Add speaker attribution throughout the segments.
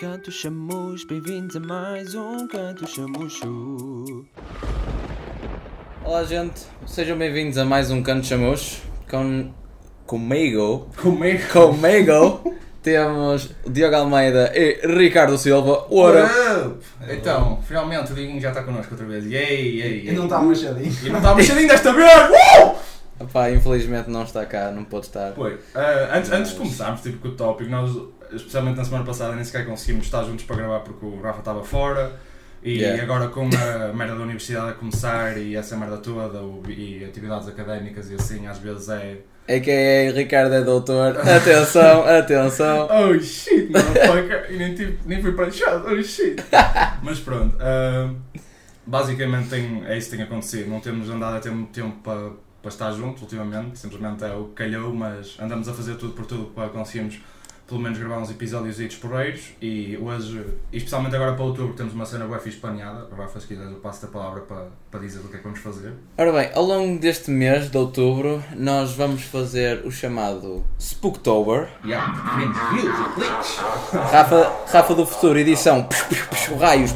Speaker 1: Canto Chamus, bem-vindos a mais um Canto Chamucho.
Speaker 2: Olá gente, sejam bem-vindos a mais um Canto Chamus. Com... Comigo,
Speaker 3: Comer.
Speaker 2: comigo, temos Diogo Almeida e Ricardo Silva. Ora!
Speaker 3: Então, finalmente o Diguinho já está connosco outra vez. Yay, yay,
Speaker 4: E
Speaker 3: yay.
Speaker 4: não tá está manchadinho.
Speaker 3: E não tá está mexidinho desta vez! Uh!
Speaker 2: Epá, infelizmente não está cá, não pôde estar.
Speaker 3: Foi. ah, antes, antes de começarmos tipo, com o tópico, nós, especialmente na semana passada, nem sequer conseguimos estar juntos para gravar porque o Rafa estava fora. E
Speaker 2: Yeah.
Speaker 3: agora com a merda da universidade a começar e essa merda toda o- e atividades académicas e assim, às vezes é...
Speaker 2: AKA Ricardo é doutor. Atenção, atenção.
Speaker 3: Oh shit, motherfucker! e nem, tive, nem fui para lixado, oh shit! Mas pronto, ahm, basicamente tem, é isso que tem acontecido. Não temos andado a ter muito tempo para, para estar juntos ultimamente, simplesmente é o que calhou, mas andamos a fazer tudo por tudo para conseguirmos pelo menos gravar uns episódios e porreiros. E hoje, e especialmente agora para outubro, temos uma cena bem fixe planeada. O Rafa, se quiseres, eu passo-te a palavra para, para dizer o que é que vamos fazer.
Speaker 2: Ora bem, ao longo deste mês de outubro, nós vamos fazer o chamado Spooktober.
Speaker 3: Yeah, music, glitch!
Speaker 2: Rafa, Rafa do Futuro, edição. Raios.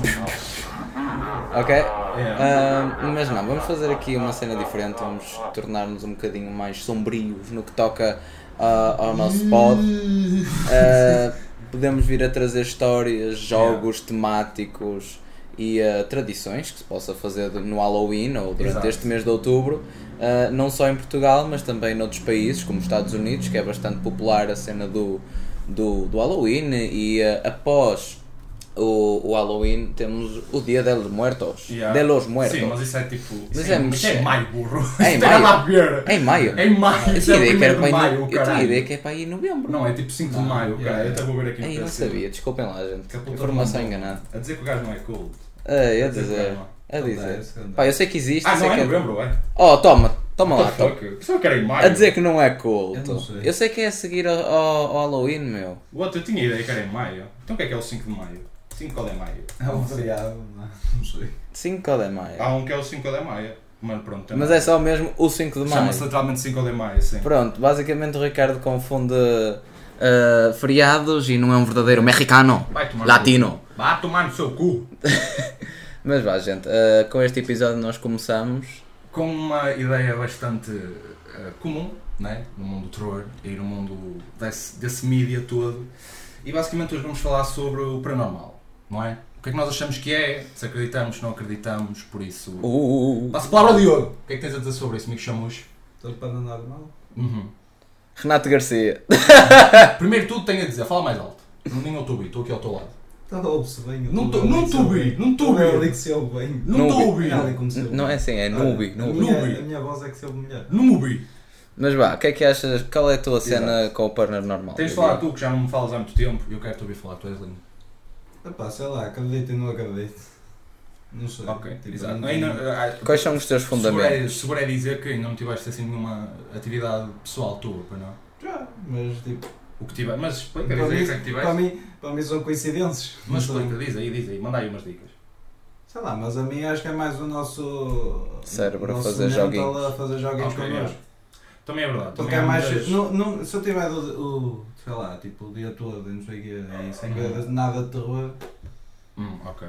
Speaker 2: Ok?
Speaker 3: Yeah.
Speaker 2: Ah, mas não, vamos fazer aqui uma cena diferente, vamos tornar-nos um bocadinho mais sombrios no que toca ah, ao nosso pod. Ah, podemos vir a trazer histórias, jogos temáticos e ah, tradições que se possa fazer no Halloween ou durante
Speaker 3: Exato.
Speaker 2: este mês de outubro, ah, não só em Portugal, mas também noutros países, como os Estados Unidos, que é bastante popular a cena do, do, do Halloween, e ah, após. O, o Halloween temos o Dia de los Muertos.
Speaker 3: Yeah.
Speaker 2: Ah, De los Muertos.
Speaker 3: Sim, mas isso é tipo.
Speaker 2: Mas
Speaker 3: isso
Speaker 2: é-
Speaker 3: isso é maio,
Speaker 2: É
Speaker 3: burro.
Speaker 2: em
Speaker 3: Isso tem nada
Speaker 2: maio.
Speaker 3: a ver.
Speaker 2: É em maio.
Speaker 3: É em maio.
Speaker 2: Eu
Speaker 3: isso é
Speaker 2: tinha
Speaker 3: o
Speaker 2: ideia que era
Speaker 3: primeiro
Speaker 2: para ir
Speaker 3: de
Speaker 2: no-
Speaker 3: maio,
Speaker 2: eu tinha
Speaker 3: caralho.
Speaker 2: ideia que é para ir em novembro.
Speaker 3: Não, é tipo 5 de maio, cara. Eu até vou ver aqui no
Speaker 2: Ei, Ah, não
Speaker 3: PC.
Speaker 2: sabia, desculpem lá, gente.
Speaker 3: Que a puta
Speaker 2: Informação
Speaker 3: do mundo.
Speaker 2: enganada.
Speaker 3: A dizer que o gajo não é cold.
Speaker 2: Ei, a
Speaker 3: dizer que o
Speaker 2: dizer.
Speaker 3: gajo não é.
Speaker 2: A dizer.
Speaker 4: Acontece,
Speaker 2: Pá, eu sei que existe,
Speaker 3: Ah,
Speaker 2: eu sei
Speaker 3: não é
Speaker 2: que
Speaker 3: em
Speaker 2: é.
Speaker 3: novembro, é?
Speaker 2: Oh, toma, toma lá,
Speaker 3: What the
Speaker 2: toma.
Speaker 3: fuck? Pensava que era em maio.
Speaker 2: A dizer que não é culto.
Speaker 4: Eu não sei.
Speaker 2: Eu sei que é a seguir ao, ao- ao Halloween, meu.
Speaker 3: What? Eu tinha ideia que era em maio. Então o que é que é o 5 de maio? 5 qual é maio?
Speaker 4: É um feriado, não não sei.
Speaker 2: 5 de maio.
Speaker 3: Há um que é o 5 de maio. Mano, pronto. tem
Speaker 2: Mas
Speaker 3: nada.
Speaker 2: é só mesmo o 5 de
Speaker 3: tá. Chama-se
Speaker 2: maio.
Speaker 3: literalmente 5 de maio, sim.
Speaker 2: Pronto, basicamente o Ricardo confunde ah, feriados e não é um verdadeiro mexicano,
Speaker 3: Vai tomar no
Speaker 2: latino.
Speaker 3: cu. Vá tomar no seu cu.
Speaker 2: Mas vá, gente, ah, com este episódio nós começamos.
Speaker 3: com uma ideia bastante eh, comum né? no mundo do terror e no mundo desse, desse mídia todo. E basicamente hoje vamos falar sobre o paranormal, não é? O que é que nós achamos que é, se acreditamos, se não acreditamos, por isso.
Speaker 2: Uh,
Speaker 3: Passo a palavra ao Diogo! O que é que tens a dizer sobre isso, Mico Chamus?
Speaker 4: Estou para andar mal.
Speaker 3: Uhum. Ah,
Speaker 2: Renato Garcia.
Speaker 3: Primeiro tudo tenho a dizer, fala mais alto. Não nem ao teu ouvido, estou aqui ao teu lado.
Speaker 4: Está a ouvir-se bem.
Speaker 3: Não estou- não estou bem, não estou
Speaker 4: É ali
Speaker 3: bem.
Speaker 4: que se ouve bem.
Speaker 3: Não
Speaker 2: Não
Speaker 3: estou a
Speaker 4: É ali
Speaker 3: ouvir!
Speaker 4: como se ouve.
Speaker 2: Não é assim, é Nubi.
Speaker 4: A
Speaker 2: Nubi.
Speaker 4: minha-
Speaker 3: Ah, Nubi.
Speaker 4: A minha voz é que se ouve melhor.
Speaker 3: Não me ouvi!
Speaker 2: Mas vá, o que é que achas? Qual é a tua cena com o paranormal?
Speaker 3: Tens de falar tu que já não me falas há muito tempo e eu quero te ouvir falar, tu és lindo.
Speaker 4: Epá, sei lá, acredito e não acredito. Não sei.
Speaker 3: Ok,
Speaker 4: Tipo,
Speaker 3: exato.
Speaker 4: não
Speaker 3: Ainda,
Speaker 4: tenho-
Speaker 3: ah,
Speaker 2: Quais são os teus fundamentos?
Speaker 3: Seguro é, seguro é dizer que ainda não tiveste assim nenhuma atividade pessoal tua, pois não?
Speaker 4: Já, mas tipo.
Speaker 3: O que tiveste, mas explica, diz
Speaker 4: Para
Speaker 3: aí
Speaker 4: mim,
Speaker 3: o que é que
Speaker 4: para,
Speaker 3: tiveste.
Speaker 4: mim, para mim são coincidências.
Speaker 3: Mas
Speaker 4: Não são-
Speaker 3: explica, diz aí, diz aí, manda aí umas dicas.
Speaker 4: Sei lá, mas a mim acho que é mais o nosso.
Speaker 2: Cérebro a
Speaker 4: nosso
Speaker 2: fazer
Speaker 4: mental
Speaker 2: joguinhos.
Speaker 4: a fazer joguinhos
Speaker 3: Ok,
Speaker 4: connosco.
Speaker 3: Também é verdade.
Speaker 4: Porque
Speaker 3: também
Speaker 4: é
Speaker 3: há
Speaker 4: mais.
Speaker 3: muitas-
Speaker 4: Não, não, se eu tiver o, o. sei lá, tipo o dia todo, e não sei o quê, e
Speaker 3: Uhum.
Speaker 4: sem ver nada de terror.
Speaker 3: Hum, ok.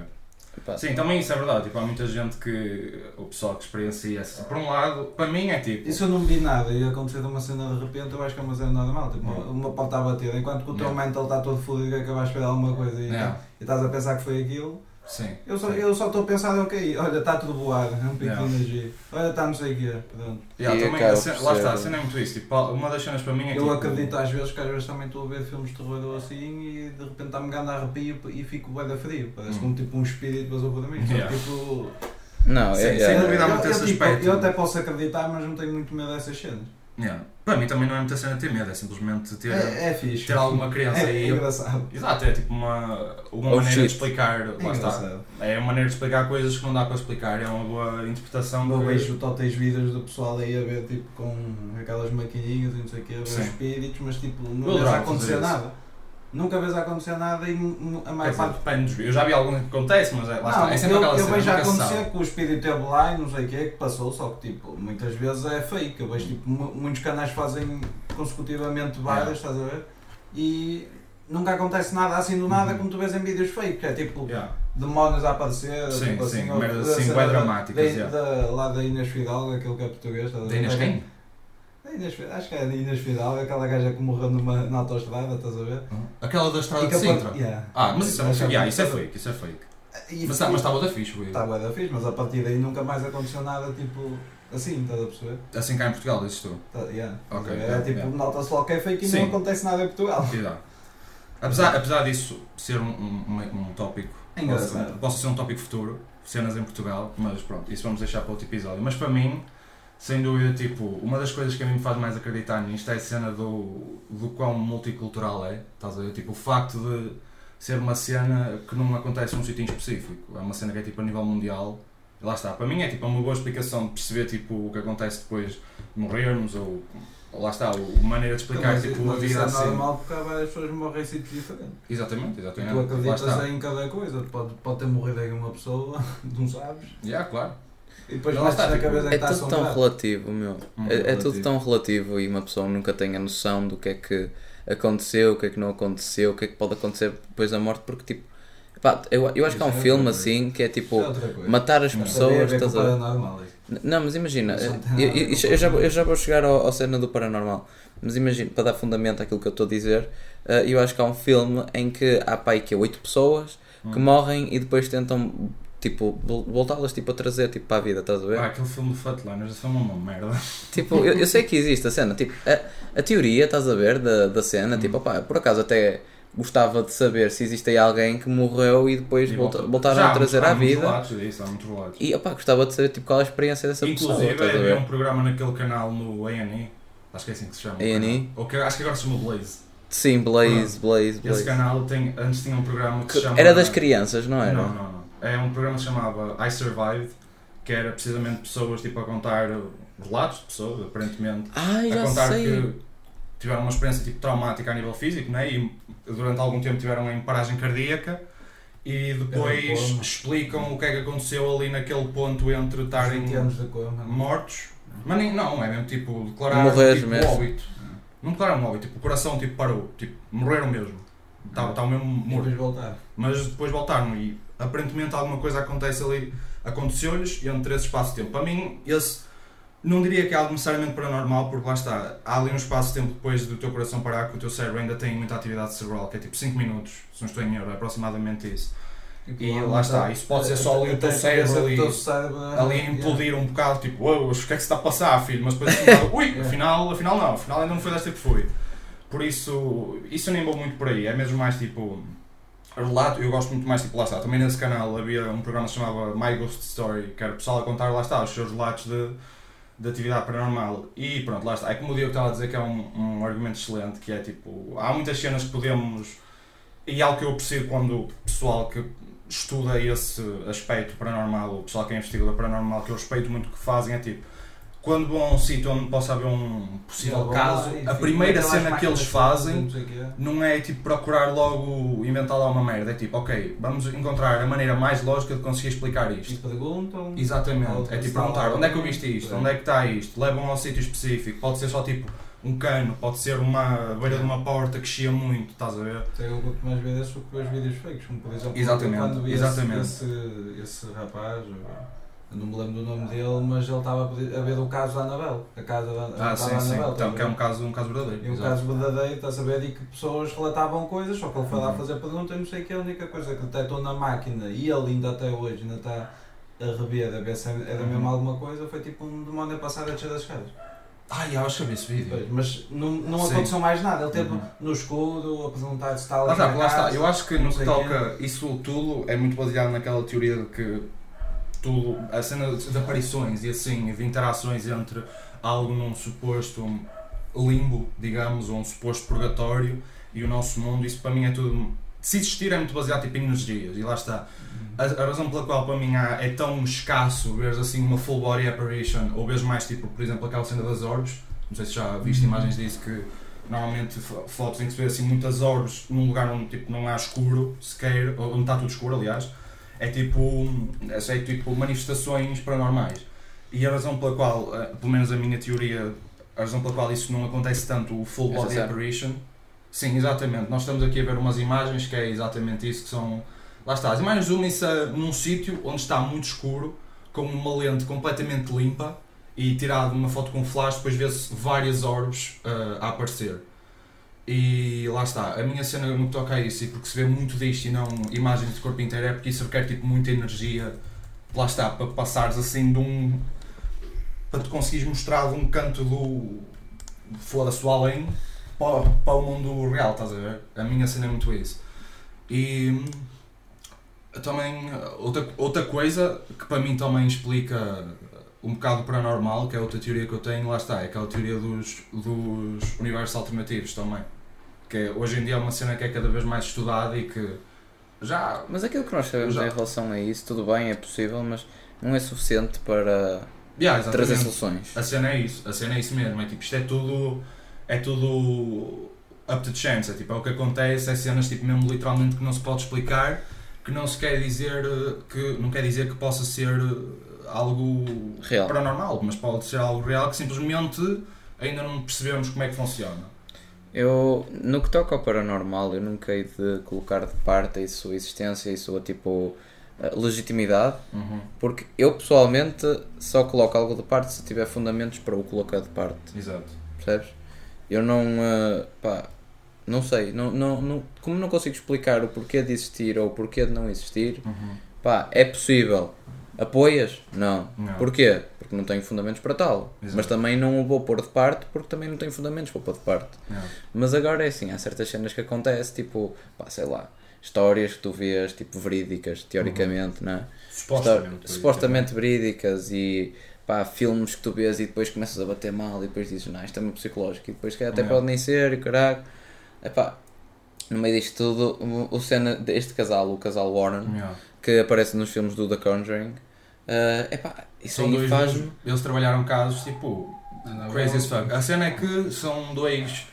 Speaker 2: Pá,
Speaker 3: Sim, também isso é verdade. Tipo, há muita gente que. O pessoal que experiencia essa. Por um lado, para mim é tipo.
Speaker 4: E se eu não vi nada e acontecer de uma cena de repente, eu acho que é uma cena normal. Tipo,
Speaker 3: Não.
Speaker 4: uma porta a bater, enquanto que o teu
Speaker 3: Não.
Speaker 4: mental está todo fodido é e acabaste de ver alguma coisa e,
Speaker 3: Não.
Speaker 4: e estás a pensar que foi aquilo.
Speaker 3: Sim.
Speaker 4: Eu só
Speaker 3: sim.
Speaker 4: eu só estou a pensar, é, ok, olha, está tudo voado, é um pico
Speaker 3: Não.
Speaker 4: de energia. Olha, está não sei o quê. Pronto.
Speaker 3: Yeah,
Speaker 2: E
Speaker 3: também,
Speaker 2: acaba
Speaker 3: a cena-
Speaker 2: por
Speaker 3: lá
Speaker 2: ser-
Speaker 3: está, a cena é muito isso. Tipo, uma das cenas para mim é
Speaker 4: Eu
Speaker 3: tipo,
Speaker 4: acredito às vezes que às vezes também estou a ver filmes de terror ou assim e de repente está-me ganhando arrepio e fico bué da frio. Parece
Speaker 3: Hum.
Speaker 4: como tipo um espírito passou por mim. Só que,
Speaker 3: Yeah.
Speaker 4: Tipo,
Speaker 2: Não,
Speaker 3: Sim,
Speaker 2: é,
Speaker 3: sem
Speaker 2: é-
Speaker 3: dúvida há
Speaker 4: Eu-
Speaker 3: muito
Speaker 4: eu,
Speaker 3: esse
Speaker 4: tipo,
Speaker 3: aspecto.
Speaker 4: Eu até posso acreditar, mas não tenho muito medo dessas cenas.
Speaker 3: Yeah. Para mim também não é muita cena ter medo, é simplesmente ter,
Speaker 4: É, é fixe.
Speaker 3: ter alguma criança
Speaker 4: é, é
Speaker 3: aí.
Speaker 4: engraçado.
Speaker 3: Exato, é tipo uma, uma
Speaker 2: Oh,
Speaker 3: maneira de
Speaker 2: shit.
Speaker 3: explicar.
Speaker 4: É
Speaker 3: Lá está.
Speaker 4: engraçado.
Speaker 3: É uma maneira de explicar coisas que não dá para explicar, é uma boa interpretação
Speaker 4: Eu
Speaker 3: que-
Speaker 4: vejo totais vídeos do pessoal aí a ver tipo com aquelas maquininhas e não sei o quê, a ver
Speaker 3: Sim.
Speaker 4: espíritos, mas tipo,
Speaker 3: Eu
Speaker 4: não vês
Speaker 3: adorava
Speaker 4: acontecer
Speaker 3: fazer isso.
Speaker 4: nada. Nunca vês acontecer nada e n- a
Speaker 3: Quer
Speaker 4: maior
Speaker 3: dizer,
Speaker 4: parte.
Speaker 3: depende dos vídeos. Eu já vi algum que acontece, mas é, lá
Speaker 4: Não,
Speaker 3: está. É sempre
Speaker 4: eu,
Speaker 3: aquela
Speaker 4: eu
Speaker 3: cena.
Speaker 4: vejo
Speaker 3: nunca se sabe.
Speaker 4: acontecer que o espírito teve lá e não sei o que, que passou, só que tipo, muitas vezes é fake.
Speaker 3: É.
Speaker 4: Eu vejo tipo, mu- muitos canais fazem consecutivamente várias, estás a ver? E nunca acontece nada assim do
Speaker 3: Uhum.
Speaker 4: nada como tu vês em vídeos fake, que é tipo
Speaker 3: Yeah.
Speaker 4: demónios a aparecer,
Speaker 3: Sim,
Speaker 4: tipo
Speaker 3: sim,
Speaker 4: assim, ou-
Speaker 3: merdas
Speaker 4: da
Speaker 3: assim
Speaker 4: cena
Speaker 3: bué
Speaker 4: da-
Speaker 3: dramáticas,
Speaker 4: da-
Speaker 3: yeah.
Speaker 4: da- lá da Inês Fidalgo, aquele que é português, estás a ver?
Speaker 3: Deinas quem?
Speaker 4: Da Inês Fi- acho que é a Inês Fidalgo, aquela gaja que morreu numa, na autoestrada, estás a ver?
Speaker 3: Aquela da estrada
Speaker 4: E
Speaker 3: de
Speaker 4: que apare-
Speaker 3: Sintra.
Speaker 4: yeah.
Speaker 3: Ah, mas isso é,
Speaker 4: Acho que
Speaker 3: yeah, isso é fake, isso é fake.
Speaker 4: E-
Speaker 3: Mas tá- mas estava da fixe, ui.
Speaker 4: Está bué da fixe, mas a partir daí nunca mais aconteceu nada tipo assim, estás a perceber?
Speaker 3: Assim cá em Portugal, dizes tu.
Speaker 4: Tá- yeah. Estás
Speaker 3: Ok,
Speaker 4: a ver?
Speaker 3: yeah,
Speaker 4: é tipo,
Speaker 3: yeah.
Speaker 4: nota-se logo que é fake e
Speaker 3: Sim.
Speaker 4: não acontece nada em Portugal.
Speaker 3: Yeah. Apesar, apesar disso ser um, um, um tópico,
Speaker 4: É engraçado.
Speaker 3: posso ser um tópico futuro, cenas em Portugal, mas pronto, isso vamos deixar para outro episódio. Mas para mim, sem dúvida, tipo, uma das coisas que a mim me faz mais acreditar nisto é a cena do, do quão multicultural é, estás a ver? Tipo, o facto de ser uma cena que não acontece num sítio em específico, é uma cena que é tipo a nível mundial. E Lá está, para mim é tipo uma boa explicação de perceber tipo, o que acontece depois de morrermos ou ou lá está, o- a maneira de explicar
Speaker 4: Mas-
Speaker 3: tipo, a
Speaker 4: mas isso
Speaker 3: vida
Speaker 4: é
Speaker 3: assim.
Speaker 4: normal porque há várias pessoas que morrem em sítios diferentes.
Speaker 3: Exatamente,
Speaker 4: Tu
Speaker 3: exatamente. É, Lá
Speaker 4: acreditas
Speaker 3: está.
Speaker 4: em cada coisa, pode, pode ter morrido aí uma pessoa, não sabes,
Speaker 3: Yeah, claro.
Speaker 4: e depois
Speaker 3: Não,
Speaker 4: metes
Speaker 3: lá está,
Speaker 4: na
Speaker 3: tipo,
Speaker 4: cabeça que
Speaker 2: É
Speaker 4: está
Speaker 2: tudo tão
Speaker 4: assombrado.
Speaker 2: relativo, meu.
Speaker 3: Muito
Speaker 2: É, é tudo
Speaker 3: relativo.
Speaker 2: tão relativo e uma pessoa nunca tem a noção do que é que aconteceu, o que é que não aconteceu, o que é que pode acontecer depois da morte, porque tipo. pá, eu, eu acho que há um
Speaker 4: Isso é
Speaker 2: filme
Speaker 4: outra
Speaker 2: assim que é tipo.
Speaker 4: É outra coisa.
Speaker 2: Matar as
Speaker 4: Não tem a
Speaker 2: pessoas,
Speaker 4: ver com
Speaker 2: estás
Speaker 4: o
Speaker 2: a ver?
Speaker 4: paranormal, isso.
Speaker 2: Não, mas imagina, eh,
Speaker 4: Isso não tem
Speaker 2: eu,
Speaker 4: nada a ver
Speaker 2: eu-
Speaker 4: com
Speaker 2: eu já, vou- eu já vou chegar ao, ao cena do paranormal, mas imagina, para dar fundamento àquilo que eu estou a dizer, eh, eu acho que há um filme em que há pai que é 8 pessoas que morrem e depois tentam tipo vol- voltá-las tipo, a trazer tipo, para a vida, estás a ver?
Speaker 3: Ah, aquele filme do Flatliners, esse filme é uma merda.
Speaker 2: Tipo, eu, eu sei que existe a cena, tipo, a, a teoria, estás a ver, da, da cena, tipo, opá, por acaso até gostava de saber se existe aí alguém que morreu e depois
Speaker 3: E
Speaker 2: volta-
Speaker 3: volta-
Speaker 2: voltaram
Speaker 3: Tipo, Já há
Speaker 2: a trazer
Speaker 3: muitos-
Speaker 2: à
Speaker 3: há muitos
Speaker 2: vida.
Speaker 3: relatos disso, há muitos relatos.
Speaker 2: E opá, gostava de saber tipo, qual a experiência dessa pessoa,
Speaker 3: Inclusive,
Speaker 2: estás a
Speaker 3: havia
Speaker 2: ver?
Speaker 3: um programa naquele canal no A&E, acho que é assim que se chama. o
Speaker 2: A&E?
Speaker 3: canal. Ou que, acho que agora se chama Blaze.
Speaker 2: Sim, Blaze, Blaze,
Speaker 3: Ah. Esse
Speaker 2: Blaze.
Speaker 3: canal tem, antes tinha um programa que, se
Speaker 2: Que
Speaker 3: chama...
Speaker 2: Era das crianças, não era?
Speaker 3: Não, não, não. É um programa que se chamava I Survived, que era precisamente pessoas tipo a contar relatos de pessoas, aparentemente,
Speaker 2: Ai,
Speaker 3: a
Speaker 2: já
Speaker 3: contar
Speaker 2: sei.
Speaker 3: que tiveram uma experiência tipo, traumática a nível físico né? e durante algum tempo tiveram em paragem cardíaca e depois
Speaker 4: Era um coma.
Speaker 3: explicam o que é que aconteceu ali naquele ponto entre estarem
Speaker 4: 20 anos de coma. é?
Speaker 3: mortos, mas nem, não, é mesmo tipo declarar
Speaker 2: Morrer
Speaker 3: tipo,
Speaker 2: mesmo.
Speaker 3: óbito. Não declararam óbito, tipo, o coração tipo, parou, tipo, morreram mesmo. Estavam mesmo
Speaker 4: E
Speaker 3: mortos
Speaker 4: depois voltar.
Speaker 3: mas depois voltaram e aparentemente alguma coisa acontece ali, aconteceu-lhes entre esse espaço-tempo. Para mim, esse não diria que é algo necessariamente paranormal, porque lá está, há ali um espaço-tempo depois do teu coração parar que o teu cérebro ainda tem muita atividade cerebral, que é tipo 5 minutos, se não estou em erro, é aproximadamente isso.
Speaker 4: Tipo,
Speaker 3: E
Speaker 4: lá
Speaker 3: lá está,
Speaker 4: está. É,
Speaker 3: isso pode ser só ali o
Speaker 4: Até
Speaker 3: teu
Speaker 4: a cabeça
Speaker 3: cérebro
Speaker 4: do teu
Speaker 3: ali.
Speaker 4: cérebro,
Speaker 3: Ali a
Speaker 4: yeah.
Speaker 3: implodir um bocado, tipo, uau, o que é que se está a passar, filho? Mas depois, afinal, ui,
Speaker 4: Yeah.
Speaker 3: afinal, afinal não, afinal ainda não foi desta que foi. Por isso, isso eu nem vou muito por aí, é mesmo mais tipo relato, eu gosto muito mais tipo lá está, também nesse canal havia um programa que se chamava My Ghost Story, que era o pessoal a contar lá está os seus relatos de, de atividade paranormal e pronto, lá está, é como o Diogo estava a dizer que é um, um argumento excelente, que é tipo, há muitas cenas que podemos e é algo que eu percebo quando o pessoal que estuda esse aspecto paranormal, o pessoal que é investigador paranormal, que eu respeito muito que fazem, é tipo, quando vão a um sítio onde possa haver um possível
Speaker 4: Vão lá
Speaker 3: caso,
Speaker 4: e
Speaker 3: a
Speaker 4: ficam
Speaker 3: primeira
Speaker 4: aquelas
Speaker 3: cena que eles
Speaker 4: máquinas
Speaker 3: fazem
Speaker 4: não sei o quê.
Speaker 3: não é tipo procurar logo inventar lá uma merda, é tipo, ok, vamos encontrar a maneira mais lógica de conseguir explicar
Speaker 4: E
Speaker 3: isto.
Speaker 4: perguntam.
Speaker 3: Exatamente, é tipo perguntar onde é que eu viste isto, onde é que está isto, levam ao sítio específico, pode ser só tipo um cano, pode ser uma beira de uma porta que chia muito, estás a ver?
Speaker 4: Sei eu curto mais ver desses do que ver os vídeos fakes, como por exemplo
Speaker 3: Exatamente,
Speaker 4: quando vi
Speaker 3: exatamente.
Speaker 4: Esse, esse, esse rapaz, eu não me lembro do nome dele, mas ele estava a pedir- a ver o caso da Anabel, a casa da,
Speaker 3: Ah,
Speaker 4: da
Speaker 3: sim,
Speaker 4: Anabel.
Speaker 3: sim,
Speaker 4: estás
Speaker 3: então,
Speaker 4: a
Speaker 3: que é um
Speaker 4: ver?
Speaker 3: caso, um caso verdadeiro.
Speaker 4: E um
Speaker 3: exato.
Speaker 4: caso verdadeiro, está a saber, e que pessoas relatavam coisas, só que ele
Speaker 3: Uhum.
Speaker 4: foi lá fazer pergunta e não sei o que, a única coisa que detectou na máquina, e ele ainda até hoje ainda está a rever, a ver se era
Speaker 3: Uhum.
Speaker 4: mesmo alguma coisa, foi tipo um demónio a passar a descer das escadas.
Speaker 3: Ai, eu acho que eu vi esse vídeo.
Speaker 4: Pois, Mas não, não
Speaker 3: Sim.
Speaker 4: aconteceu mais nada, ele teve
Speaker 3: Uhum.
Speaker 4: no escuro a perguntar se está ali
Speaker 3: Lá
Speaker 4: na
Speaker 3: está, é lá está.
Speaker 4: casa.
Speaker 3: Eu acho que no
Speaker 4: não
Speaker 3: que
Speaker 4: sei
Speaker 3: toca isso tudo é muito baseado naquela teoria de que tudo, a cena de de aparições e assim, de interações entre algo num suposto limbo, digamos, ou um suposto purgatório e o nosso mundo, isso para mim é tudo. Se existir é muito baseado tipo, em energias e lá está. A, a razão pela qual para mim há- é tão escasso veres assim uma full body apparition ou veres mais tipo, por exemplo, aquela cena das orbes, não sei se já viste imagens disso que normalmente fo- fotos em que se vê assim muitas orbes num lugar onde tipo, não há escuro sequer, ou onde está tudo escuro aliás, é tipo, hum, é, sei, tipo manifestações paranormais. E a razão pela qual, eh, pelo menos a minha teoria, a razão pela qual isso não acontece tanto, o full
Speaker 2: Essa
Speaker 3: body
Speaker 2: cena.
Speaker 3: apparition, Sim, exatamente. Nós estamos aqui a ver umas imagens que é exatamente isso que são. Lá está, as imagens unem-se a- num sítio onde está muito escuro, com uma lente completamente limpa e tirado uma foto com flash, depois vê-se várias orbes ah, a aparecer. E lá está, a minha cena no que toca a isso, e porque se vê muito disto e não imagens de corpo inteiro, é porque isso requer tipo muita energia, lá está, para passares assim de um. para te conseguires mostrar de um canto do. foda-se do além para, para o mundo real, estás a ver? A minha cena é muito isso. E hum, também uh, outra, outra coisa que para mim também explica uh, um bocado o paranormal, que é outra teoria que eu tenho, lá está, é aquela teoria dos, dos universos alternativos também. Que é- hoje em dia é uma cena que é cada vez mais estudada e que já
Speaker 2: Mas é aquilo que nós sabemos
Speaker 3: Já.
Speaker 2: em relação a isso, tudo bem, é possível, mas não é suficiente para
Speaker 3: Yeah,
Speaker 2: trazer
Speaker 3: exatamente.
Speaker 2: soluções.
Speaker 3: A cena é isso, a cena é isso mesmo, é tipo, isto é tudo, é tudo up to chance, é tipo, é o que acontece, é cenas tipo mesmo literalmente que não se pode explicar, que não se quer dizer, eh, que não quer dizer que possa ser eh, algo
Speaker 2: Real.
Speaker 3: paranormal, mas pode ser algo real que simplesmente ainda não percebemos como é que funciona.
Speaker 2: Eu, no que toca ao paranormal, eu nunca hei de colocar de parte a sua existência e sua, tipo, eh, legitimidade,
Speaker 3: Uhum,
Speaker 2: porque eu pessoalmente só coloco algo de parte se tiver fundamentos para o colocar de parte.
Speaker 3: exato.
Speaker 2: percebes? Eu não, eh, pá, não sei, não, não, não- como não consigo explicar o porquê de existir ou o porquê de não existir,
Speaker 3: Uhum.
Speaker 2: pá, é possível. Apoias? Não.
Speaker 3: Não.
Speaker 2: Porquê? Porque não tenho fundamentos para tal.
Speaker 3: Exato.
Speaker 2: Mas também não o vou pôr de parte porque também não tenho fundamentos para pôr de parte.
Speaker 3: Yeah.
Speaker 2: Mas agora é assim, há certas cenas que acontecem, tipo, pá, sei lá, histórias que tu vês, tipo, verídicas, teoricamente, não é?
Speaker 3: Supostamente. é.
Speaker 2: Histó- supostamente verídicas e pá, filmes que tu vês e depois começas a bater mal e depois dizes, não, isto é muito psicológico e depois que até
Speaker 3: Yeah.
Speaker 2: pode nem ser e caralho. Epá, no meio disto tudo, o- o cena deste casal, o casal Warren,
Speaker 3: Yeah.
Speaker 2: que aparece nos filmes do The Conjuring, eh, epá, isso
Speaker 3: São
Speaker 2: aí
Speaker 3: dois,
Speaker 2: faz-me.
Speaker 3: eles trabalharam casos tipo Crazy as fuck. A cena é que são dois.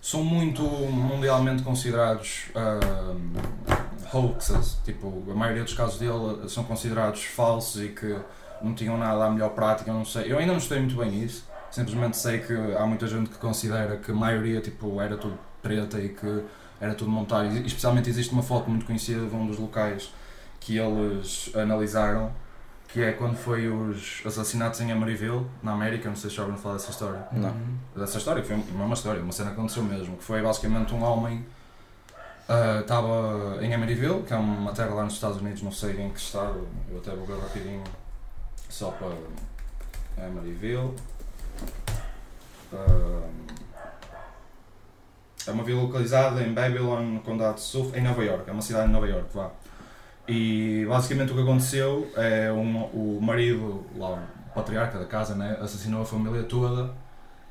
Speaker 3: São muito mundialmente considerados ahm, hoaxes. Tipo, a maioria dos casos dele são considerados falsos e que não tinham nada à melhor prática. eu Não sei. Eu ainda não estudei muito bem nisso. Simplesmente sei que há muita gente que considera que a maioria tipo, era tudo preta e que era tudo montado. E, especialmente existe uma foto muito conhecida de um dos locais que eles analisaram, que é quando foi os assassinatos em Amaryville, na América. Não sei se já ouviram falar dessa história
Speaker 2: Não.
Speaker 3: dessa história, que foi uma, uma história, uma cena que aconteceu mesmo, que foi basicamente um homem ah, estava em Emeryville, que é uma terra lá nos Estados Unidos, não sei em que estado, eu até vou ver rapidinho só para Emeryville. Ah, é uma vila localizada em Babylon, no condado de Suffolk, em Nova York, é uma cidade de Nova York, vá. E basicamente o que aconteceu é um, o marido, lá o patriarca da casa, né, assassinou a família toda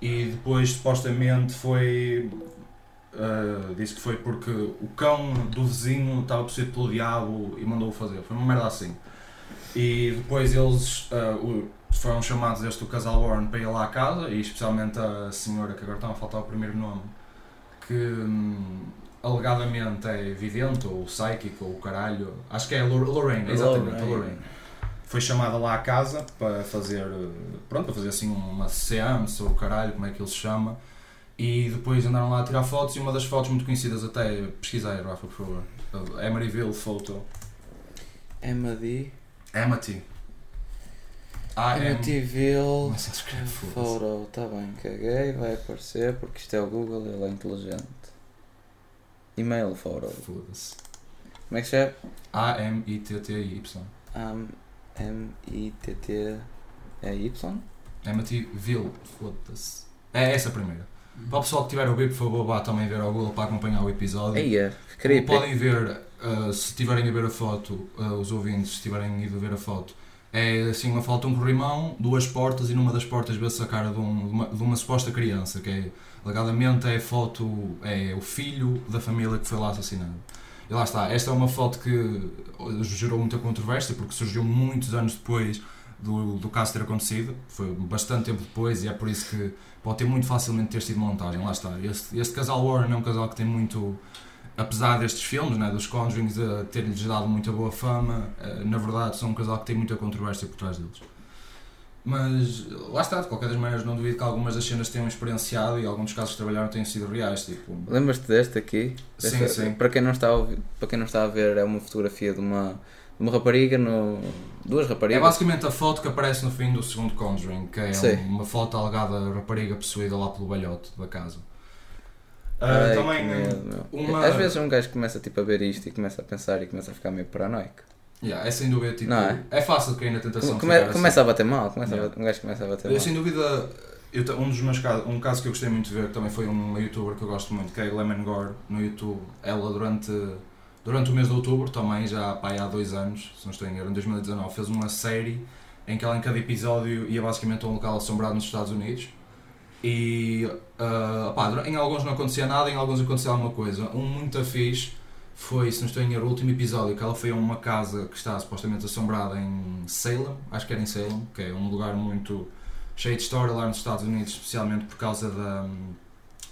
Speaker 3: e depois supostamente foi. ah, disse que foi porque o cão do vizinho estava possuído pelo diabo e mandou-o fazer. Foi uma merda assim. E depois eles ah, o- foram chamados este do casal Warren para ir lá à casa e especialmente a senhora, que agora está a faltar o primeiro nome, que hum, alegadamente é vidente ou psíquico ou o caralho. Acho que é a Lor- Lorraine, exatamente, a
Speaker 2: Lorraine.
Speaker 3: Lorraine. Foi chamada lá à casa para fazer, eh, pronto, para fazer assim uma seance ou o caralho, como é que ele se chama. E depois andaram lá a tirar fotos e uma das fotos muito conhecidas até, pesquisei, Rafa, por favor. Emeryville Photo.
Speaker 2: Amity.
Speaker 3: Amity. Ah, é.
Speaker 2: Amityville.
Speaker 3: Mas se escreve foda-se.
Speaker 2: Photo, tá bem, caguei, vai aparecer porque isto é o Google, ele é inteligente. E-mail photo.
Speaker 3: Foda-se.
Speaker 2: Como é que se chama?
Speaker 3: A-M-I-T-T-Y.
Speaker 2: Um, M-I-T-T. É Y?
Speaker 3: Amityville. Foda-se. É essa a primeira. Para o pessoal que tiver a ouvir, por favor, vá também ver ao Google para acompanhar o episódio.
Speaker 2: Eia, que creepy.
Speaker 3: Podem ver, uh, se tiverem a ver a foto, uh, os ouvintes, se tiverem ido ver a foto, é assim uma foto, um corrimão, duas portas e numa das portas vê-se a cara de, um- de uma, de uma suposta criança, que é, legalmente é a foto, é o filho da família que foi lá assassinado. E lá está, esta é uma foto que uh, gerou muita controvérsia, porque surgiu muitos anos depois do, do caso ter acontecido, foi bastante tempo depois e é por isso que pode ter muito facilmente ter sido montagem, lá está. Este, este casal Warren é um casal que tem muito apesar destes filmes, né, dos Conjurings, eh, ter-lhes dado muita boa fama, eh, na verdade são um casal que tem muita controvérsia por trás deles. Mas lá está, de qualquer das maneiras, não duvido que algumas das cenas tenham experienciado e alguns dos casos que trabalharam tenham sido reais. Tipo,
Speaker 2: Lembras-te deste aqui?
Speaker 3: Sim,
Speaker 2: Desta-
Speaker 3: sim.
Speaker 2: Para quem, não está a ouvir- para quem não está a ver, é uma fotografia de uma, de uma rapariga, no, duas
Speaker 3: é
Speaker 2: raparigas.
Speaker 3: basicamente a foto que aparece no fim do segundo Conjuring, que é
Speaker 2: Sim.
Speaker 3: uma foto alegada da rapariga possuída lá pelo balhote da casa. Ah,
Speaker 2: Ai, que
Speaker 3: também.
Speaker 2: medo, meu.
Speaker 3: uma-
Speaker 2: Às vezes um gajo começa tipo, a ver isto e começa a pensar e começa a ficar meio paranoico.
Speaker 3: Yeah, é sem dúvida, tipo,
Speaker 2: Não é?
Speaker 3: é fácil de cair na tentação. de
Speaker 2: Come-
Speaker 3: ficar assim.
Speaker 2: começa a bater mal, começa a
Speaker 3: Yeah.
Speaker 2: bater- um gajo começa a bater
Speaker 3: Eu,
Speaker 2: mal.
Speaker 3: sem dúvida, eu te- um dos meus casos, um caso que eu gostei muito de ver, que também foi um youtuber que eu gosto muito, que é a Lemon Gore, no YouTube. Ela, durante, durante o mês de outubro, também, já pá, há dois anos, se não estou em erro, em 2019, fez uma série em que ela, em cada episódio, ia basicamente a um local assombrado nos Estados Unidos. E ah, pá, dura- em alguns não acontecia nada, em alguns acontecia alguma coisa. Um muito fixe foi, se não estou em erro, o último episódio que ela foi a uma casa que está supostamente assombrada em Salem, acho que era em Salem, que é um lugar muito cheio de história lá nos Estados Unidos, especialmente por causa da,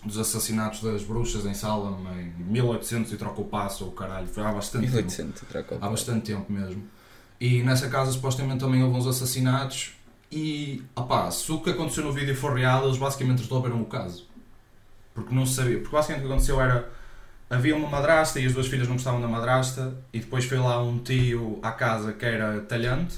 Speaker 3: dos assassinatos das bruxas em Salem em 1800 e troca o passo, ou caralho, foi há bastante tempo.
Speaker 2: 1800, troca o
Speaker 3: Há
Speaker 2: pau.
Speaker 3: bastante tempo mesmo. E nessa casa supostamente também houve uns assassinatos e opá, se o que aconteceu no vídeo for real, eles basicamente resolveram o caso. Porque não se sabia. Porque basicamente o que aconteceu era havia uma madrasta e as duas filhas não gostavam da madrasta e depois foi lá um tio à casa que era talhante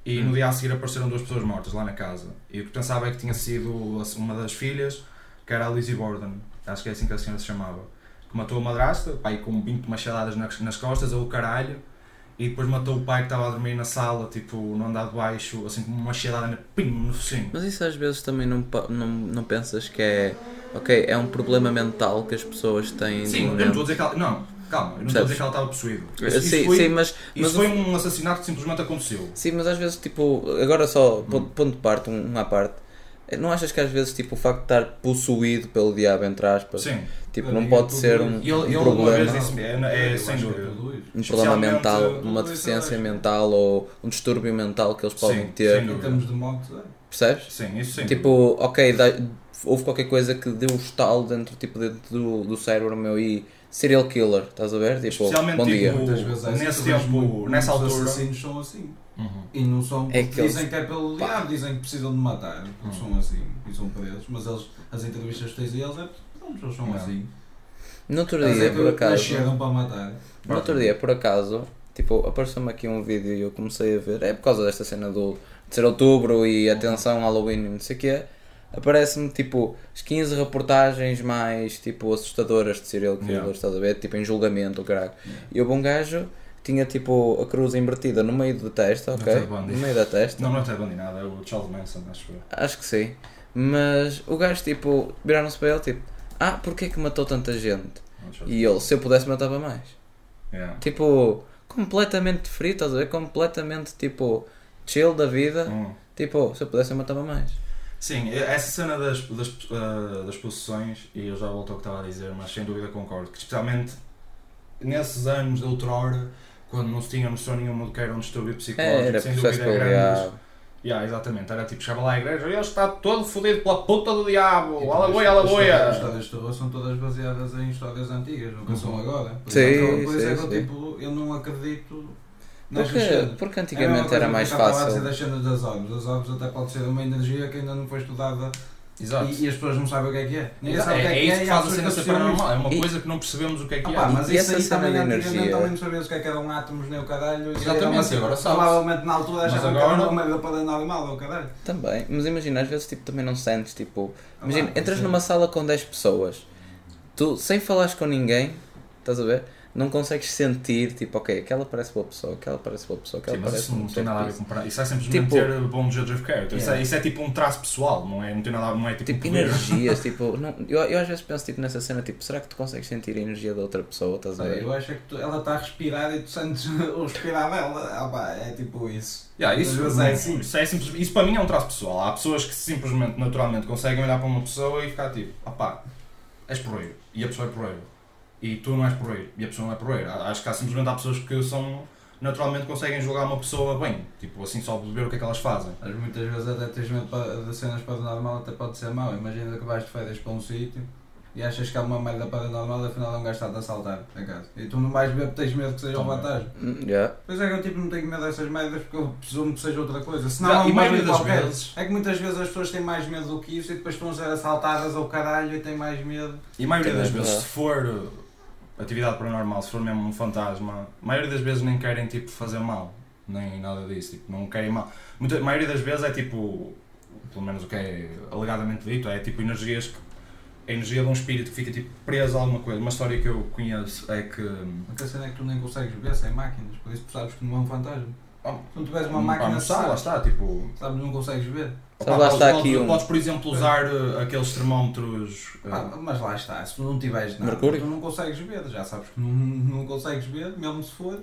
Speaker 2: Hum.
Speaker 3: e no dia a seguir apareceram duas pessoas mortas lá na casa. E o que pensava é que tinha sido uma das filhas, que era a Lizzie Borden, acho que é assim que a senhora se chamava, que matou a madrasta, pai com 20 machadadas nas, nas costas, ou o caralho, e depois matou o pai que estava a dormir na sala, tipo, no andar de baixo, assim com uma machadada na, pim, no focinho.
Speaker 2: Mas isso às vezes também não, pa- não, não pensas que é. Ok, é um problema mental que as pessoas têm. de
Speaker 3: Sim, eu não
Speaker 2: momento.
Speaker 3: estou a dizer que ela. Não, calma, eu não estou a dizer que ela estava possuída. Isso,
Speaker 2: Eh,
Speaker 3: isso
Speaker 2: sim,
Speaker 3: foi,
Speaker 2: sim, mas,
Speaker 3: isso
Speaker 2: mas o
Speaker 3: foi um assassinato que simplesmente aconteceu.
Speaker 2: Sim, mas às vezes, tipo, agora só, pon- ponto de parte, um, um à parte, não achas que às vezes, tipo, o facto de estar possuído pelo diabo, entre aspas,
Speaker 3: Sim.
Speaker 2: tipo,
Speaker 4: Eu
Speaker 2: não
Speaker 4: digo,
Speaker 2: pode
Speaker 4: tudo
Speaker 2: ser
Speaker 4: isso.
Speaker 2: um,
Speaker 3: E ele,
Speaker 2: um
Speaker 3: ele alguma vez
Speaker 2: problema,
Speaker 3: disse é, é,
Speaker 4: Eu
Speaker 3: sem
Speaker 4: acho que é
Speaker 3: dúvida.
Speaker 4: tudo
Speaker 2: um
Speaker 4: isto.
Speaker 2: problema
Speaker 3: especialmente, eh,
Speaker 2: mental,
Speaker 3: tudo
Speaker 2: uma
Speaker 4: isso,
Speaker 2: deficiência
Speaker 4: acho que-
Speaker 2: mental ou um distúrbio mental que eles podem
Speaker 3: Sim,
Speaker 2: ter,
Speaker 3: sem
Speaker 4: Em termos de motos, é.
Speaker 2: percebes?
Speaker 3: Sim, isso sim.
Speaker 2: Tipo, ok, dá- houve qualquer coisa que deu um estalo dentro, tipo, dentro do, do cérebro meu e serial killer, estás a ver? Tipo,
Speaker 3: Especialmente,
Speaker 2: bom dia.
Speaker 3: tipo,
Speaker 4: Muitas vezes é há
Speaker 3: Nesse
Speaker 4: situações
Speaker 3: tempo,
Speaker 4: muito- muitos
Speaker 3: nessa altura-
Speaker 4: assassinos são assim.
Speaker 3: Uhum.
Speaker 4: E não são.
Speaker 2: É que
Speaker 4: dizem que é pelo diabo, dizem que precisam de matar. porque
Speaker 3: Hum.
Speaker 4: São assim. E são presos. Mas eles, as entrevistas que tens a eles é. Pronto, eles são
Speaker 3: Não.
Speaker 4: assim.
Speaker 2: No outro
Speaker 4: Eles é
Speaker 2: dia,
Speaker 4: que
Speaker 2: por acaso,
Speaker 4: Nasceram para matar.
Speaker 2: No outro dia, por acaso, tipo, apareceu-me aqui um vídeo e eu comecei a ver, é por causa desta cena do de ser outubro e atenção Halloween e não sei o quê, aparece-me tipo as 15 reportagens mais tipo assustadoras de serial killers,
Speaker 3: Yeah.
Speaker 2: estás a ver? Tipo em julgamento, o caralho. E o bom gajo tinha tipo a cruz invertida no meio da testa, ok?
Speaker 3: Ted Bundy.
Speaker 2: No meio da testa.
Speaker 3: Não, não é Ted Bundy nada, é o Charles Manson, acho eu.
Speaker 2: Acho que sim. Mas o gajo tipo, viraram-se para ele tipo, ah, porquê que matou tanta gente?
Speaker 3: Não, É Charles-
Speaker 2: E ele, se eu pudesse matava mais.
Speaker 3: Yeah.
Speaker 2: Tipo, completamente free, estás a ver? Completamente tipo chill da vida.
Speaker 3: Hum.
Speaker 2: Tipo, se eu pudesse eu matava mais.
Speaker 3: Sim, essa cena das, das, ah, das possessões, e eu já volto ao que estava a dizer, mas sem dúvida concordo, que especialmente nesses anos de outrora, quando não se tinha noção nenhuma do que era um distúrbio psicológico,
Speaker 2: É, era
Speaker 3: sem
Speaker 2: processo
Speaker 3: dúvida
Speaker 2: pelo
Speaker 3: grandes.
Speaker 2: diabo.
Speaker 3: Yeah, exatamente, era tipo, chegava lá à igreja e ele está todo fodido pela puta do diabo, aleluia,
Speaker 4: As
Speaker 3: aleluia!
Speaker 4: histórias de terror são todas baseadas em histórias antigas, nunca são
Speaker 3: Uhum.
Speaker 4: agora. Por
Speaker 2: Sim,
Speaker 4: exemplo, aquela coisa
Speaker 2: sim,
Speaker 4: é que eu,
Speaker 2: sim.
Speaker 4: tipo, eu não acredito nestas
Speaker 2: Porque,
Speaker 4: cenas.
Speaker 2: porque
Speaker 4: É a mesma
Speaker 2: antigamente
Speaker 4: coisa
Speaker 2: era
Speaker 4: que
Speaker 2: mais
Speaker 4: eu estava a dizer
Speaker 2: fácil.
Speaker 4: das cenas das orbes. As orbes até pode ser uma energia que ainda não foi estudada
Speaker 3: Exato.
Speaker 4: e, e as pessoas não sabem o que é que é.
Speaker 3: É,
Speaker 4: Ninguém sabe o que
Speaker 3: é
Speaker 4: é, que
Speaker 3: isso
Speaker 4: é
Speaker 3: que
Speaker 4: e há
Speaker 3: faz a
Speaker 4: pessoas
Speaker 3: cena ser
Speaker 4: associam isso.
Speaker 3: paranormal, é uma
Speaker 2: E-
Speaker 3: coisa que não percebemos o que é
Speaker 4: Ah
Speaker 3: que
Speaker 4: pá,
Speaker 3: é.
Speaker 4: mas
Speaker 2: e
Speaker 4: isso
Speaker 2: essa
Speaker 4: aí
Speaker 2: cena
Speaker 4: também
Speaker 2: da
Speaker 4: antigamente
Speaker 2: energia?
Speaker 4: também não sabias o que é que era um átomo, nem o caralho. isso era
Speaker 3: Exatamente,
Speaker 4: uma-
Speaker 3: agora sabes.
Speaker 4: Provavelmente na altura
Speaker 3: Mas
Speaker 4: achavam que
Speaker 3: agora-
Speaker 4: era uma merda paranormal, ou caralho.
Speaker 2: Também. Mas imagina, às vezes tipo, também não sentes, tipo.
Speaker 4: Ah,
Speaker 2: Imagina,
Speaker 4: pá,
Speaker 2: entras
Speaker 4: sim.
Speaker 2: numa sala com 10 pessoas, tu sem falares com ninguém, estás a ver? Não consegues sentir, tipo, ok, aquela parece boa pessoa, aquela parece boa pessoa, aquela
Speaker 3: Sim, mas
Speaker 2: parece
Speaker 3: isso não
Speaker 2: boa
Speaker 3: tem
Speaker 2: pessoa.
Speaker 3: nada a ver com parar. Isso é simplesmente
Speaker 2: um Tipo-
Speaker 3: ter bom judge of character. Isso, é,
Speaker 4: Yeah.
Speaker 3: isso é tipo um traço pessoal, não é? Não tem nada a ver, não é tipo,
Speaker 2: Tipo,
Speaker 3: poder.
Speaker 2: energias, tipo, não, eu, eu às vezes penso tipo, nessa cena, tipo, será que tu consegues sentir a energia da outra pessoa? Estás a
Speaker 3: Tá
Speaker 4: Sabe,
Speaker 2: ver?
Speaker 4: Eu acho é que tu- ela está a respirar e tu sentes o respirar dela. Ah pá, é tipo isso.
Speaker 3: Yeah, isso,
Speaker 4: Às vezes é assim.
Speaker 3: isso é simples- isso para mim é um traço pessoal. Há pessoas que simplesmente, naturalmente, conseguem olhar para uma pessoa e ficar tipo, opá, és porreiro. E a pessoa é porreiro. E tu não és porreiro. E a pessoa não é porreiro. Há- Acho que há simplesmente há pessoas que são, naturalmente, conseguem julgar uma pessoa bem. Tipo, assim, só de ver o que é que elas fazem.
Speaker 4: Mas muitas vezes até tens medo pa- de cenas para o normal, até pode ser mau. Imagina que vais de férias para um sítio e achas que é uma merda paranormal, afinal é um gajo que está a assaltar a casa. E tu não vais ver porque tens medo que seja um
Speaker 3: Também.
Speaker 4: fantasma.
Speaker 2: Hum, yeah.
Speaker 4: Pois é que eu tipo, não tenho medo dessas merdas porque eu presumo que seja outra coisa. Se não,
Speaker 3: Já,
Speaker 4: é
Speaker 3: e
Speaker 4: uma
Speaker 3: maioria
Speaker 4: merda
Speaker 3: das
Speaker 4: qualquer.
Speaker 3: vezes-
Speaker 4: É que muitas vezes as pessoas têm mais medo do que isso e depois estão a ser assaltadas ao caralho e têm mais medo.
Speaker 3: E a maioria
Speaker 2: Também
Speaker 3: das
Speaker 2: é
Speaker 3: vezes,
Speaker 2: verdade.
Speaker 3: se for uh, atividade paranormal, se for mesmo um fantasma, a maioria das vezes nem querem tipo fazer mal, nem nada disso, tipo, não querem mal. Muita, a maioria das vezes é tipo, pelo menos o que é alegadamente dito, é tipo energias que. A energia de um espírito que fica tipo preso a alguma coisa. Uma história que eu conheço é que. hum,
Speaker 4: A cena é que tu nem consegues ver sem máquinas, por isso tu sabes que não é um fantasma.
Speaker 3: Oh,
Speaker 4: Se não tiveres uma
Speaker 3: pá,
Speaker 4: máquina,
Speaker 3: não sei, lá
Speaker 4: sabes,
Speaker 3: está, tipo.
Speaker 4: sabes, não consegues ver.
Speaker 2: Sabe lá
Speaker 3: podes-
Speaker 2: está
Speaker 3: podes-
Speaker 2: aqui um-
Speaker 3: Podes, por exemplo, usar uh, aqueles termómetros. uh,
Speaker 4: Ah, mas lá está, se tu não tiveres nada,
Speaker 2: Mercúrio?
Speaker 4: tu não consegues ver, já sabes que não, não consegues ver, mesmo se for.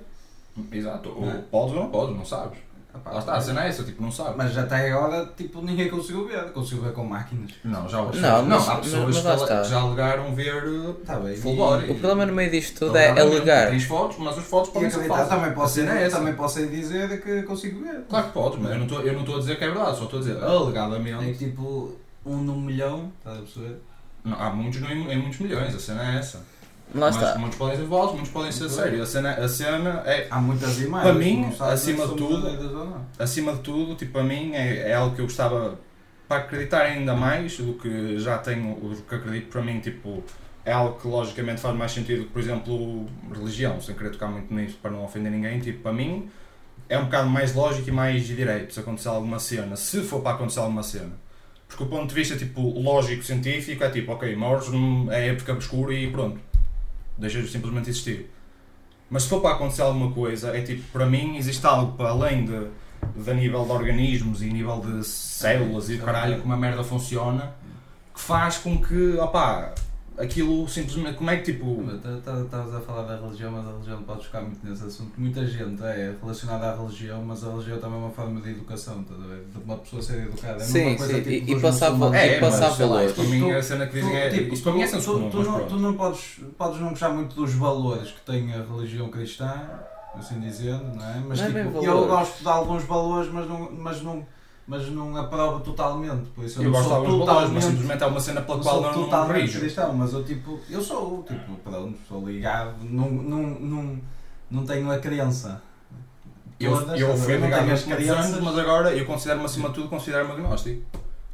Speaker 3: Exato, ou
Speaker 4: Não é?
Speaker 3: podes ou não podes, não sabes.
Speaker 4: Ah, pá,
Speaker 3: Lá está, a cena é essa, tipo, não sabes.
Speaker 4: Mas já até agora, tipo, ninguém conseguiu ver, conseguiu ver com máquinas.
Speaker 3: Não, já
Speaker 2: Não,
Speaker 3: não,
Speaker 2: mas-
Speaker 3: há
Speaker 2: mas-
Speaker 3: pessoas
Speaker 2: mas lá
Speaker 3: que
Speaker 2: está.
Speaker 3: já alegaram ver uh,
Speaker 4: Tá bem.
Speaker 3: full
Speaker 4: e-
Speaker 3: body.
Speaker 2: O problema no meio disto tudo é
Speaker 3: Alegadamente.
Speaker 2: alegar.
Speaker 3: Então, Tens fotos, mas as fotos
Speaker 4: E
Speaker 3: podem ser
Speaker 4: acreditar,
Speaker 3: falsas.
Speaker 4: também
Speaker 3: A
Speaker 4: posso,
Speaker 3: cena é
Speaker 4: ir,
Speaker 3: essa.
Speaker 4: também posso ir dizer que consigo ver.
Speaker 3: Claro que podes, mas eu não estou- eu não estou a dizer que é verdade, só estou a dizer
Speaker 4: É
Speaker 3: alegadamente.
Speaker 4: tipo um num milhão, estás a perceber?
Speaker 3: Não, há muitos no- em muitos milhões, a cena é essa.
Speaker 2: Lá
Speaker 3: mas
Speaker 2: está.
Speaker 3: muitos podem ser falsos, muitos podem ser
Speaker 4: Muito
Speaker 3: sérios. A cena, a cena é,
Speaker 4: Há muitas imagens.
Speaker 3: Para mim,
Speaker 4: não sabes
Speaker 3: acima
Speaker 4: se
Speaker 3: de
Speaker 4: são
Speaker 3: tudo,
Speaker 4: verdadeiras ou não.
Speaker 3: acima de tudo, tipo, a mim é, é algo que eu gostava para acreditar ainda mais do que já tenho, do que acredito para mim, tipo, é algo que logicamente faz mais sentido que, por exemplo, religião, sem querer tocar muito nisso para não ofender ninguém, tipo, para mim é um bocado mais lógico e mais direito se acontecer alguma cena, se for para acontecer alguma cena. Porque o ponto de vista tipo, lógico, científico, é tipo, ok, morres num- é época obscura e pronto. Deixa de simplesmente existir. Mas se for para acontecer alguma coisa, é tipo, para mim existe algo para além de, de nível de organismos e nível de células e do caralho, como a merda funciona, que faz com que, opá, aquilo simplesmente, como é que tipo...
Speaker 4: tá, Estavas a falar da religião, mas a religião pode ficar muito nesse assunto. Muita gente é relacionada à religião, mas a religião também é uma forma de educação, estás a ver? De uma pessoa ser educada. É a mesma
Speaker 2: Sim,
Speaker 4: coisa,
Speaker 2: sim.
Speaker 4: tipo,
Speaker 2: E,
Speaker 4: dos
Speaker 2: e passar, val-
Speaker 4: muçulmanos.
Speaker 2: e
Speaker 3: É, mas,
Speaker 2: passar
Speaker 3: sei lá,
Speaker 2: valores.
Speaker 3: isto para mim
Speaker 4: Tu-
Speaker 3: a cena que dizem
Speaker 4: Tu,
Speaker 3: é.
Speaker 4: tipo,
Speaker 3: isto para mim é
Speaker 4: tu-
Speaker 3: senso
Speaker 4: tu-
Speaker 3: comum,
Speaker 4: tu
Speaker 3: mas
Speaker 4: não,
Speaker 3: pronto.
Speaker 4: tu não podes, podes não gostar muito dos valores que tem a religião cristã, assim dizendo, não é? Mas
Speaker 2: Não é
Speaker 4: tipo,
Speaker 2: bem
Speaker 4: eu
Speaker 2: valores.
Speaker 4: gosto de alguns valores, mas não, mas não, mas não aprovo totalmente. Por isso eu,
Speaker 3: Eu
Speaker 4: não
Speaker 3: gosto de
Speaker 4: sou
Speaker 3: alguns valores, mas
Speaker 4: totalmente-
Speaker 3: simplesmente é uma cena pela
Speaker 4: não
Speaker 3: qual
Speaker 4: sou
Speaker 3: não, não
Speaker 4: totalmente
Speaker 3: rijo.
Speaker 4: cristão, mas eu tipo, eu sou, tipo, pronto, sou ligado, não, não, não, não tenho a crença.
Speaker 3: Eu,
Speaker 4: Todas,
Speaker 3: eu
Speaker 4: estás a
Speaker 3: fui
Speaker 4: ver? Não
Speaker 3: ligado
Speaker 4: tenho
Speaker 3: aos crianças, mas agora eu considero-me acima de tudo, considero-me agnóstico.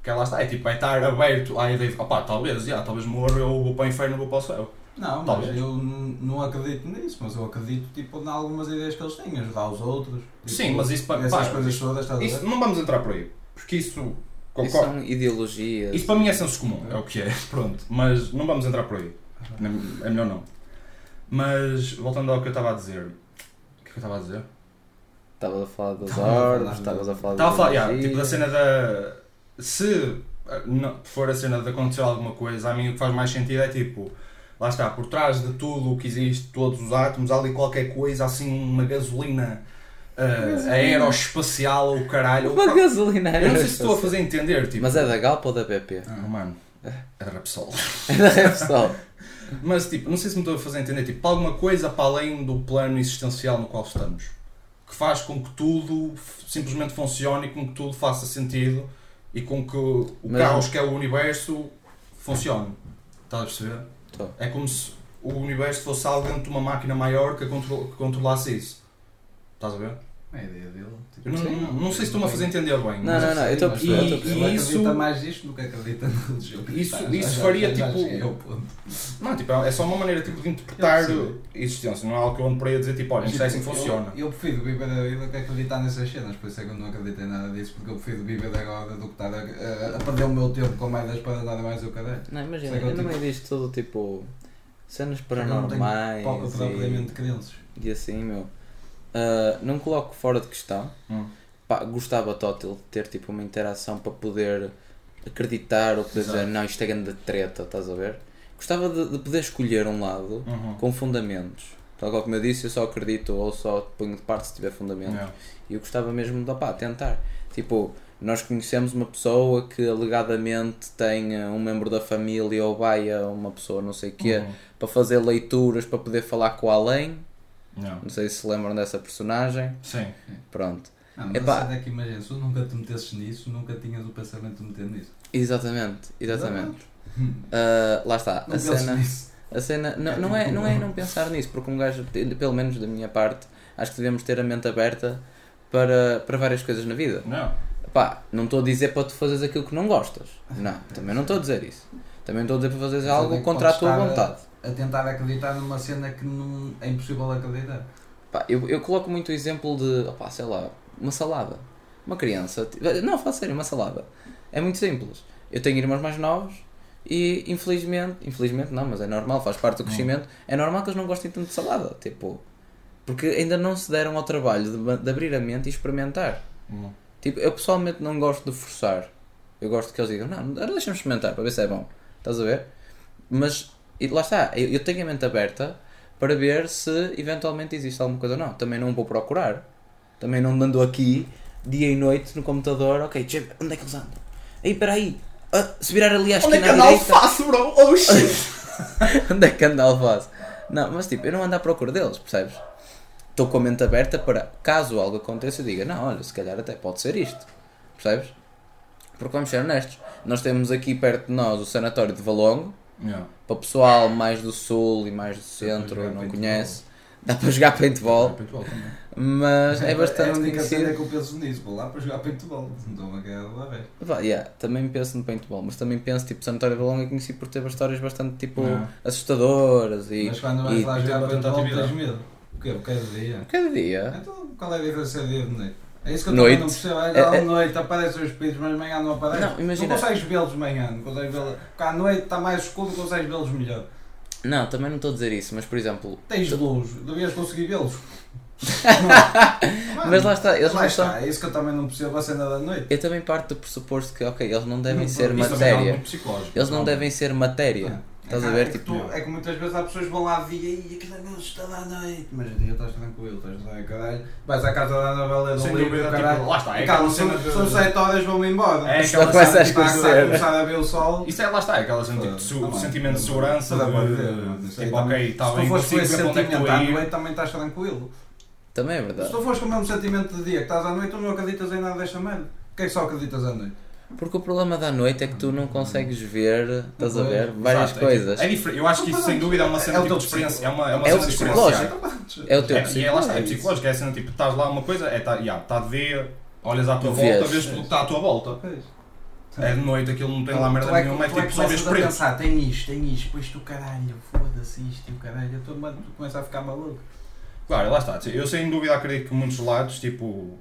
Speaker 3: Que é lá está, é tipo, é estar aberto à ideia de, opá, talvez, já, talvez morra, eu vou para o inferno, vou para o céu.
Speaker 4: Não,
Speaker 3: Talvez.
Speaker 4: mas eu n- não acredito nisso, mas eu acredito tipo, em algumas ideias que eles têm, ajudar os outros. tipo,
Speaker 3: Sim, mas isso para-
Speaker 4: Essas
Speaker 3: pá,
Speaker 4: coisas
Speaker 3: isso-
Speaker 4: todas, estás a
Speaker 3: Isso,
Speaker 4: ver?
Speaker 3: não vamos entrar por aí, porque isso,
Speaker 2: Isso
Speaker 3: concordo.
Speaker 2: são ideologias.
Speaker 3: Isso para mim é senso comum, é o que é, pronto. Mas não vamos entrar por aí. Nem- É melhor não. Mas, voltando ao que eu estava a dizer. O que é que eu estava a dizer?
Speaker 2: Estavas a falar das
Speaker 4: Estava a falar
Speaker 2: ordens,
Speaker 4: de-
Speaker 2: estavas a falar
Speaker 3: Estava a
Speaker 2: das
Speaker 3: falar, yeah,
Speaker 2: ideologias.
Speaker 3: tipo, da cena da. Se ah, não- for a cena de acontecer alguma coisa, a mim o que faz mais sentido é tipo. Lá está, por trás de tudo o que existe, todos os átomos, há ali qualquer coisa, assim, uma gasolina, ah, aeroespacial ou caralho. ou
Speaker 2: é. Uma
Speaker 3: pro-
Speaker 2: gasolina
Speaker 3: Eu não sei se estou a fazer entender, tipo.
Speaker 2: Mas é da Galpa ou da BP?
Speaker 3: Ah, mano, é Repsol.
Speaker 2: É da Repsol.
Speaker 3: Mas, tipo, não sei se me estou a fazer entender, tipo, alguma coisa para além do plano existencial no qual estamos, que faz com que tudo f- simplesmente funcione e com que tudo faça sentido e com que o
Speaker 2: Mas-
Speaker 3: caos que é o universo funcione. Estás a perceber?
Speaker 2: Tô.
Speaker 3: É como se o universo fosse algo dentro de uma máquina maior que, a contro- que controlasse isso. Estás a ver?
Speaker 4: É a ideia dele. tipo,
Speaker 3: Eu não,
Speaker 4: sim.
Speaker 3: não, não sei se estou-me a fazer entender bem.
Speaker 2: Não,
Speaker 3: mas-
Speaker 2: não, não, eu estou a
Speaker 4: Mas
Speaker 3: E-
Speaker 2: perceber. eu estou a
Speaker 4: pronto, ele
Speaker 2: perceber.
Speaker 3: e- isso-
Speaker 4: acredita mais disto do que acredita na religião. cristã.
Speaker 3: Isso-
Speaker 4: Já-
Speaker 3: isso
Speaker 4: já-
Speaker 3: faria,
Speaker 4: já
Speaker 3: tipo-
Speaker 4: cheguei ao ponto.
Speaker 3: Não, tipo, é só uma maneira tipo, de interpretar
Speaker 4: Eu percebo.
Speaker 3: a existência. Não é algo que eu ando para aí a dizer, tipo, olha, isto é assim que
Speaker 4: Eu-
Speaker 3: funciona.
Speaker 4: Eu, prefiro viver da vida que acreditar nessas cenas, por isso é que eu não acreditei nada disso, porque eu prefiro viver agora do que estar a, a- a perder o meu tempo com merdas para nada mais o cadê.
Speaker 2: Não, imagina,
Speaker 4: Sei que
Speaker 2: eu
Speaker 4: eu
Speaker 2: no
Speaker 4: tenho-
Speaker 2: meio disto tudo, tipo, cenas
Speaker 4: Eu não tenho
Speaker 2: paranormais
Speaker 4: pouco propriamente
Speaker 2: e,
Speaker 4: crenças.
Speaker 2: e assim, meu. Ah, não coloco fora de questão.
Speaker 3: Hum.
Speaker 2: Pá, gostava tótil de ter, tipo, uma interação para poder acreditar ou poder dizer,
Speaker 3: Exato.
Speaker 2: não, isto é grande treta, estás a ver? Gostava de, de poder escolher um lado
Speaker 3: Uhum.
Speaker 2: com fundamentos. Tal qual como eu disse, eu só acredito ou só ponho de parte se tiver fundamento.
Speaker 3: Yeah.
Speaker 2: E eu gostava mesmo de opá, tentar. Tipo, nós conhecemos uma pessoa que alegadamente tem eh, um membro da família ou baia uma pessoa não sei o quê
Speaker 3: Uhum.
Speaker 2: para fazer leituras para poder falar com o além.
Speaker 3: Yeah.
Speaker 2: Não sei se se lembram dessa personagem.
Speaker 3: Sim.
Speaker 2: Pronto.
Speaker 4: Não, mas
Speaker 2: Epá.
Speaker 4: a cena é que imagina, se tu nunca te metesses nisso, nunca tinhas o pensamento de meter nisso.
Speaker 2: Exatamente, exatamente.
Speaker 4: Hum,
Speaker 2: Ah, lá está,
Speaker 4: Não
Speaker 2: a
Speaker 4: penses
Speaker 2: cena.
Speaker 4: nisso.
Speaker 2: A cena não, não, é, não é não pensar nisso, porque um gajo, pelo menos da minha parte, acho que devemos ter a mente aberta para, para várias coisas na vida.
Speaker 3: Não.
Speaker 2: Pá, não estou a dizer para tu fazeres aquilo que não gostas. Não, também não estou a dizer isso. Também estou a dizer para fazeres
Speaker 4: Mas onde é
Speaker 2: algo
Speaker 4: que
Speaker 2: contra a
Speaker 4: podes
Speaker 2: tua
Speaker 4: estar a-
Speaker 2: vontade.
Speaker 4: A tentar acreditar numa cena que não, é impossível acreditar.
Speaker 2: Pá, eu, eu coloco muito o exemplo de, opá, sei lá, uma salada. Uma criança. ti- eh, Não, fala sério, uma salada. É muito simples. Eu tenho irmãos mais novos e, infelizmente, infelizmente não, mas é normal, faz parte do crescimento, é normal que eles não gostem tanto de salada. Tipo, porque ainda não se deram ao trabalho de, ba- de abrir a mente e experimentar.
Speaker 3: Hum.
Speaker 2: Tipo, eu pessoalmente não gosto de forçar. Eu gosto que eles digam, não, agora deixa-me experimentar para ver se é bom. Estás a ver? Mas, e lá está, eu, eu tenho a mente aberta para ver se eventualmente existe alguma coisa ou não. Também não vou procurar. Também não mando aqui, dia e noite, no computador, ok, deixa eu ver, onde é que eles andam? Ei, peraí, ah, se virar ali à
Speaker 3: Onde
Speaker 2: esquina
Speaker 3: é que
Speaker 2: à
Speaker 3: anda a
Speaker 2: direita,
Speaker 3: alface, bro? Oh shit!
Speaker 2: onde é que anda a alface? Não, mas tipo, eu não ando à procura deles, percebes? Estou com a mente aberta para, caso algo aconteça, eu diga, não, olha, se calhar até pode ser isto, percebes? Porque vamos ser honestos, nós temos aqui perto de nós o sanatório de Valongo,
Speaker 3: Yeah.
Speaker 2: para o pessoal mais do sul e mais do
Speaker 4: para
Speaker 2: centro,
Speaker 4: jogar
Speaker 2: não
Speaker 4: paintball.
Speaker 2: conhece, dá para jogar paintball,
Speaker 3: Paintball também.
Speaker 2: mas é
Speaker 4: a
Speaker 2: bastante
Speaker 4: única cena
Speaker 2: conhecido.
Speaker 4: que eu penso nisso. Vou lá para jogar paintball. Não dou uma guerra lá, velho.
Speaker 2: Vá, yeah, também penso no paintball, mas também penso, tipo, Sanatório de Valongo é conhecido por ter histórias bastante, tipo,
Speaker 3: Yeah.
Speaker 2: assustadoras e...
Speaker 4: Mas quando vais
Speaker 2: e-
Speaker 4: lá
Speaker 3: e
Speaker 4: jogar
Speaker 3: tem uma
Speaker 4: paintball
Speaker 3: tentativa.
Speaker 4: tens medo. O quê? Porque é de dia.
Speaker 2: Cada dia...
Speaker 4: Então qual é a diferença de dia e de noite? É isso que eu
Speaker 2: Noite.
Speaker 4: também não percebo. É,
Speaker 2: É-
Speaker 4: à
Speaker 2: é-
Speaker 4: noite aparecem os espíritos, mas de manhã não aparecem.
Speaker 2: Não, imagina.
Speaker 4: Não consegues vê-los de manhã. Não consegues vê-los. Porque à noite está mais escuro, consegues vê-los melhor.
Speaker 2: Não, também não estou a dizer isso, mas por exemplo.
Speaker 4: Tens
Speaker 2: tu-
Speaker 4: luz, devias conseguir vê-los. Mano,
Speaker 2: Mas lá está, eles
Speaker 4: lá
Speaker 2: não
Speaker 4: está,
Speaker 2: são.
Speaker 4: é isso que eu também não percebo a cena da noite.
Speaker 2: Eu também parto do pressuposto que, ok, eles não devem
Speaker 4: Isso
Speaker 2: ser
Speaker 4: também
Speaker 3: Isso também é
Speaker 2: matéria.
Speaker 3: algo psicológico.
Speaker 2: Eles não devem ser matéria. Estás a ver?
Speaker 4: É que,
Speaker 2: Tipo,
Speaker 4: tu- é que muitas vezes há pessoas que vão lá via e aquilo é meu está lá à noite. Mas o dia estás tranquilo, estás lá, caralho. Vais à casa da Ana Valéria
Speaker 3: Sem
Speaker 4: do
Speaker 3: dúvida,
Speaker 4: livro,
Speaker 3: tipo,
Speaker 4: caralho.
Speaker 3: lá está, é aquela
Speaker 4: Calma,
Speaker 3: cena de...
Speaker 4: são, são 7 horas, vão-me embora.
Speaker 3: É
Speaker 2: Só
Speaker 3: aquela
Speaker 2: começas a
Speaker 3: cena de-
Speaker 4: Está a
Speaker 2: escurecer.
Speaker 4: começar a ver o sol.
Speaker 3: Isso é, lá está, é aquela
Speaker 4: Tá
Speaker 3: cena tipo, de su-
Speaker 4: Foda-se.
Speaker 3: sentimento de segurança,
Speaker 4: Pelo amor
Speaker 3: de,
Speaker 4: de Deus,
Speaker 3: de-
Speaker 4: isso aí
Speaker 3: tipo,
Speaker 4: também-
Speaker 3: ok, está
Speaker 4: tá Se tu
Speaker 3: bem,
Speaker 4: fores com
Speaker 3: consigo
Speaker 4: esse
Speaker 3: ver para onde é que
Speaker 4: sentimento
Speaker 3: estou
Speaker 4: à
Speaker 3: a ir.
Speaker 4: noite, também estás tranquilo.
Speaker 2: Também é
Speaker 4: Se
Speaker 2: verdade.
Speaker 4: tu fores com o mesmo sentimento de dia que estás à noite, tu não acreditas em nada desta merda. Porquê que só acreditas à noite?
Speaker 2: Porque o problema da noite é que tu não consegues ver, estás a ver,
Speaker 4: Exato,
Speaker 2: várias
Speaker 3: Exato, é
Speaker 2: coisas.
Speaker 3: tipo- É diferente, eu acho que isso sem dúvida é uma cena
Speaker 4: É o
Speaker 3: tipo,
Speaker 4: teu
Speaker 3: de experiência, é
Speaker 4: psicológico.
Speaker 3: uma, é
Speaker 2: É
Speaker 3: uma
Speaker 2: o
Speaker 3: cena de
Speaker 2: psicológico.
Speaker 3: experienciar.
Speaker 2: É o teu
Speaker 3: É, e é, lá está, é
Speaker 2: psicológico.
Speaker 3: psicológico, é a cena tipo, estás lá uma coisa, é tá, yeah, tá de dia, olhas à tua
Speaker 2: Vês.
Speaker 3: volta, vês tudo que está à tua volta.
Speaker 4: Pois.
Speaker 3: É de noite, aquilo não tem lá merda
Speaker 4: tu é, que-
Speaker 3: nenhuma, é
Speaker 4: tu é
Speaker 3: tipo
Speaker 4: que
Speaker 3: só vês
Speaker 4: começas
Speaker 3: preto.
Speaker 4: a pensar, tem isto, tem isto, pois tu caralho, foda-se isto e o caralho, tu, mano, tu começa a ficar maluco.
Speaker 3: Claro, lá está. Eu sem dúvida acredito que muitos lados, tipo.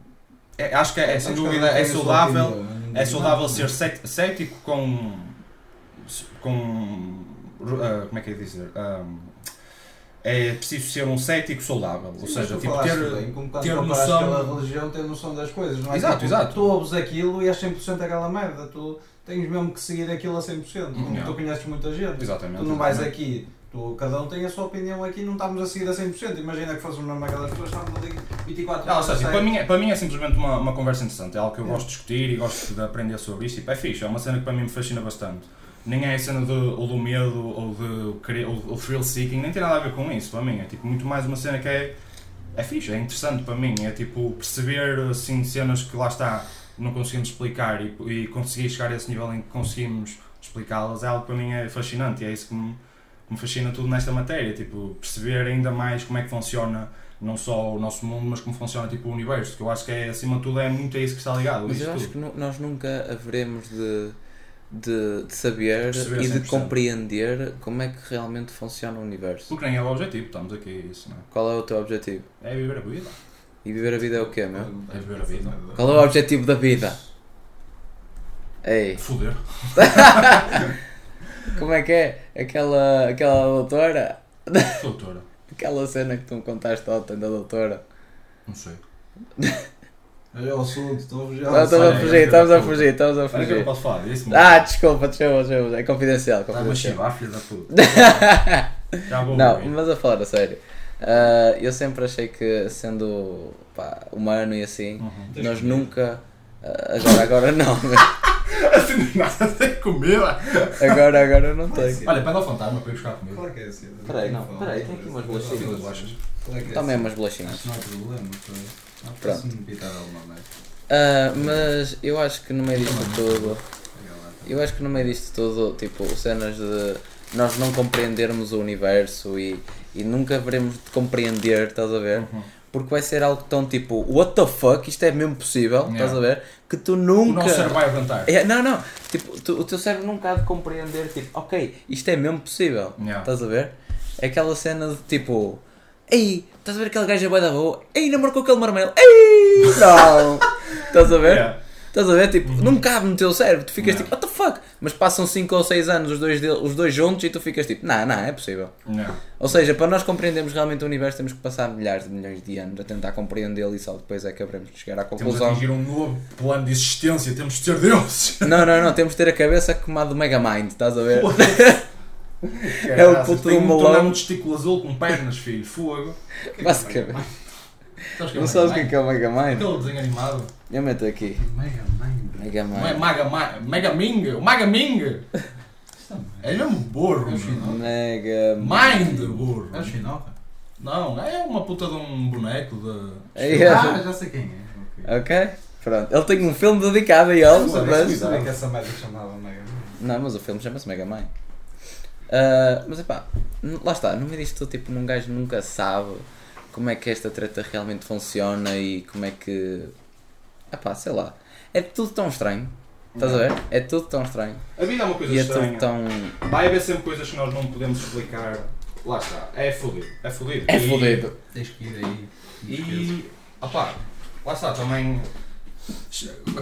Speaker 3: é- acho que é, sem
Speaker 4: Mas
Speaker 3: dúvida
Speaker 4: cada um
Speaker 3: é
Speaker 4: tem a sua
Speaker 3: saudável.
Speaker 4: opinião, não
Speaker 3: É
Speaker 4: digo
Speaker 3: saudável
Speaker 4: nada.
Speaker 3: ser cét- cético com. com. ah, como é que é dizer? Ahm, é preciso ser um cético saudável. Ou
Speaker 4: Sim,
Speaker 3: seja,
Speaker 4: mas tu
Speaker 3: tipo,
Speaker 4: falaste
Speaker 3: ter.
Speaker 4: bem, como quando
Speaker 3: ter
Speaker 4: comparas
Speaker 3: noção-
Speaker 4: pela religião, ter noção das coisas, não é?
Speaker 3: Exato,
Speaker 4: tipo,
Speaker 3: exato.
Speaker 4: Tu ouves aquilo e és 100% aquela merda, tu tens mesmo que seguir aquilo a 100%, como
Speaker 3: Yeah.
Speaker 4: tu conheces muita gente.
Speaker 3: Exatamente.
Speaker 4: Tu não vais
Speaker 3: exatamente.
Speaker 4: aqui, tu, cada um tem a sua opinião aqui, não estamos a seguir a 100%. Imagina que fôssemos mesmo aquelas pessoas que estavam ali 24
Speaker 3: Ah, ou
Speaker 4: horas.
Speaker 3: seja,
Speaker 4: sete.
Speaker 3: para, mim é, para mim é simplesmente uma, uma conversa interessante, é algo que eu
Speaker 4: É.
Speaker 3: gosto de discutir e gosto de aprender sobre isto. Tipo, é fixe, é uma cena que para mim me fascina bastante. Nem é a cena do, ou do medo ou do querer- ou, ou thrill seeking, nem tem nada a ver com isso para mim. É tipo muito mais uma cena que é, é fixe, é interessante para mim. É tipo perceber assim, cenas que lá está não conseguimos explicar e, e conseguir chegar a esse nível em que conseguimos explicá-las é algo que para mim é fascinante e é isso que me, que me fascina tudo nesta matéria. Tipo, perceber ainda mais como é que funciona não só o nosso mundo, mas como funciona tipo, o universo, que eu acho que é, acima de tudo é muito a isso que está ligado.
Speaker 2: Mas
Speaker 3: isto
Speaker 2: eu acho
Speaker 3: tudo.
Speaker 2: que nu- nós nunca haveremos de, de, de saber
Speaker 3: Perceber
Speaker 2: e de
Speaker 3: 100%.
Speaker 2: compreender como é que realmente funciona o universo.
Speaker 3: Porque nem é o objetivo, estamos aqui, isso não
Speaker 2: Qual é o teu objetivo?
Speaker 3: é? É viver a vida.
Speaker 2: E viver a vida é o quê,
Speaker 4: Uhum.
Speaker 2: meu?
Speaker 3: É viver a vida.
Speaker 2: Qual é o objetivo da vida? Ei,
Speaker 3: Foder.
Speaker 2: como é que é? Aquela, aquela doutora?
Speaker 3: Doutora.
Speaker 2: Aquela cena que tu me contaste ontem da doutora.
Speaker 3: Não sei.
Speaker 4: Olha É o assunto, estou a fugir.
Speaker 2: Ah, estamos a
Speaker 3: sei,
Speaker 2: fugir,
Speaker 3: eu
Speaker 2: estamos a
Speaker 3: sei.
Speaker 2: fugir, estamos a
Speaker 3: Olha que eu não
Speaker 2: fugir.
Speaker 3: posso falar disso, mas-
Speaker 2: Ah, desculpa, desculpa, desculpa. É confidencial,
Speaker 3: Está-me a
Speaker 2: confidencial.
Speaker 3: chivar, filho da puta. Já vou
Speaker 2: Não,
Speaker 3: ouvir.
Speaker 2: mas a falar a sério. ah, eu sempre achei que sendo pá, humano e assim,
Speaker 3: Uhum.
Speaker 2: nós nunca. ah, agora, agora não. mas
Speaker 3: Assim, do nada, sem comida.
Speaker 2: Agora, agora eu não tenho.
Speaker 3: Olha, pede ao fantasma para ir buscar comida.
Speaker 4: Claro que é assim.
Speaker 2: Peraí, não, peraí, tem aqui umas bolachinhas.
Speaker 4: Claro que é
Speaker 2: Também
Speaker 4: assim.
Speaker 2: umas bolachinhas.
Speaker 4: Acho que não há problema. pá. Ah,
Speaker 2: Pronto.
Speaker 4: parece-me evitar alguma merda.
Speaker 2: Ah, mas eu acho que no meio disto tudo,
Speaker 4: Olha lá.
Speaker 2: eu acho que no meio disto tudo, tipo, cenas de nós não compreendermos o universo e, e nunca veremos de compreender, estás a ver?
Speaker 3: Uhum.
Speaker 2: Porque vai ser algo tão tipo, what the fuck, isto é mesmo possível,
Speaker 3: Yeah.
Speaker 2: estás a ver? Que tu
Speaker 3: O
Speaker 2: nunca.
Speaker 3: nosso cérebro vai levantar.
Speaker 2: É, não, não, tipo, tu- o teu cérebro nunca há de compreender, tipo, ok, isto é mesmo possível,
Speaker 3: Yeah.
Speaker 2: estás a ver? É aquela cena de tipo, ei, estás a ver aquele gajo é bué da boa, ei, namorou com aquele marmelo, ei, não, estás a ver?
Speaker 3: Yeah.
Speaker 2: Estás a ver? Tipo,
Speaker 3: Uhum.
Speaker 2: não cabe no teu cérebro, tu ficas
Speaker 3: Não.
Speaker 2: tipo, what the fuck? Mas passam 5 ou 6 anos os dois, dele- os dois juntos e tu ficas tipo, não, não, é possível.
Speaker 3: Não.
Speaker 2: Ou seja, para nós compreendermos realmente o universo temos que passar milhares de milhões de anos a tentar compreendê-lo e só depois é que haveremos de chegar à
Speaker 3: Temos de
Speaker 2: conclusão.
Speaker 3: atingir um novo plano de existência, temos de ser deuses.
Speaker 2: Não, não, não, temos de ter a cabeça como a do Megamind, estás a ver?
Speaker 3: É
Speaker 2: o puto
Speaker 3: Tem
Speaker 2: do
Speaker 3: um
Speaker 2: melão.
Speaker 3: tornado de testículo azul com pernas, filho. Fogo.
Speaker 2: Basicamente.
Speaker 3: Sabes que é
Speaker 2: Não
Speaker 3: o
Speaker 2: sabes o que é
Speaker 3: Megamind?
Speaker 2: que é o Megamind?
Speaker 3: Aquele desenho animado.
Speaker 2: Eu meto aqui.
Speaker 4: Mega Mind.
Speaker 3: Não é
Speaker 2: Megamind.
Speaker 3: Maga, Ma- Mega Ming? O Maga Ming?
Speaker 4: Isto é merda.
Speaker 3: É mesmo burro,
Speaker 4: Eu sei
Speaker 3: meu.
Speaker 4: não.
Speaker 2: Megamind.
Speaker 3: Mind burro.
Speaker 4: É o Shinoka?
Speaker 3: Não, é uma puta de um boneco de.
Speaker 2: É, yeah.
Speaker 4: Ah, já sei quem é. Ok.
Speaker 2: Ok? Pronto. Ele tem um filme dedicado a ele,
Speaker 4: Eu sabia- eu
Speaker 2: mas...
Speaker 4: sabia que essa merda é? chamava Mega Mind.
Speaker 2: Não, mas o filme chama-se Megamind. Ah, mas epá, n- lá está, no meio disto tudo, tipo, um gajo nunca sabe como é que esta treta realmente funciona e como é que. Epá, sei lá. É tudo tão estranho. Estás a ver? É tudo tão estranho.
Speaker 3: A vida é uma coisa
Speaker 2: e é
Speaker 3: estranha.
Speaker 2: tudo tão.
Speaker 3: Vai haver sempre coisas que nós não podemos explicar. Lá está. É fodido. É fodido.
Speaker 2: É
Speaker 3: E-
Speaker 2: fodido.
Speaker 4: Tens que ir aí.
Speaker 3: E, opá, lá está, também,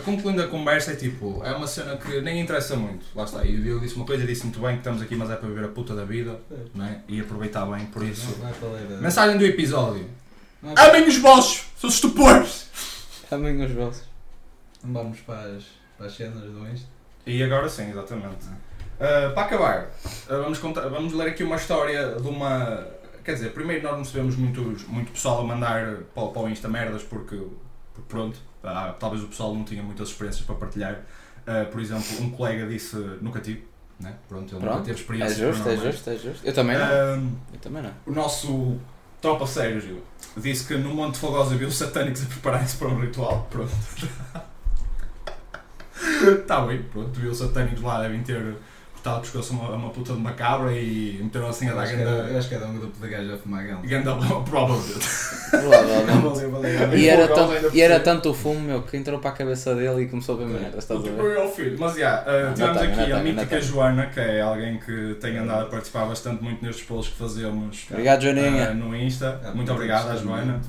Speaker 3: concluindo a conversa, é tipo, é uma cena que nem interessa muito, lá está, e eu disse uma coisa, disse muito bem que estamos aqui, mas é para viver a puta da vida, não é? E aproveitar bem, por
Speaker 4: Não, é?
Speaker 3: isso.
Speaker 4: vai para ler a-
Speaker 3: Mensagem do episódio.
Speaker 4: não é para-
Speaker 3: Amem os vossos, seus estupores!
Speaker 2: Também os vossos.
Speaker 4: Não vamos para as, para as cenas do Insta.
Speaker 3: E agora sim, exatamente. Uh, para acabar, uh, vamos, contar, vamos ler aqui uma história de uma. Quer dizer, primeiro nós não recebemos muitos, muito pessoal a mandar para, o- para o Insta merdas porque, porque pronto, ah, talvez o pessoal não tinha muitas experiências para partilhar. Uh, por exemplo, um colega disse nunca tive, né? pronto, ele
Speaker 2: Pronto,
Speaker 3: nunca teve
Speaker 2: É
Speaker 3: experiências.
Speaker 2: justo, é
Speaker 3: paranormais.
Speaker 2: justo, é justo. Eu também não.
Speaker 3: Um,
Speaker 2: Eu também não.
Speaker 3: o nosso tropa Sérgio disse que no Monte Fogosa viu satânicos a prepararem-se para um ritual. Pronto. Está bem, pronto. Viu satânicos lá, devem ter cortado o pescoço a uma, a uma puta de uma cabra e meteram assim a
Speaker 4: Eu
Speaker 3: dar
Speaker 4: acho que
Speaker 2: é,
Speaker 4: era- eu
Speaker 3: ganda.
Speaker 4: acho que era um grupo de gajos a fumar gão.
Speaker 3: ganda provavelmente.
Speaker 2: Provavelmente. E
Speaker 3: Em
Speaker 2: era,
Speaker 3: Fogosa
Speaker 2: tão,
Speaker 3: ainda por
Speaker 2: e era
Speaker 3: cima.
Speaker 2: tanto o fumo, meu, que entrou para a cabeça dele e começou a ver merdas, Tá estás a
Speaker 3: Tipo,
Speaker 2: ver?
Speaker 3: eu, filho. Mas já,
Speaker 2: Não, não tenho,
Speaker 3: tivemos
Speaker 2: não
Speaker 3: aqui a
Speaker 2: tenho, não tá
Speaker 3: mítica
Speaker 2: tenho.
Speaker 3: Joana, que é alguém que tem andado a participar bastante muito nestes polos que fazemos
Speaker 2: Obrigado,
Speaker 3: ah,
Speaker 2: Joaninha. É,
Speaker 3: no Insta.
Speaker 4: Ah,
Speaker 3: Muito obrigado à Joana.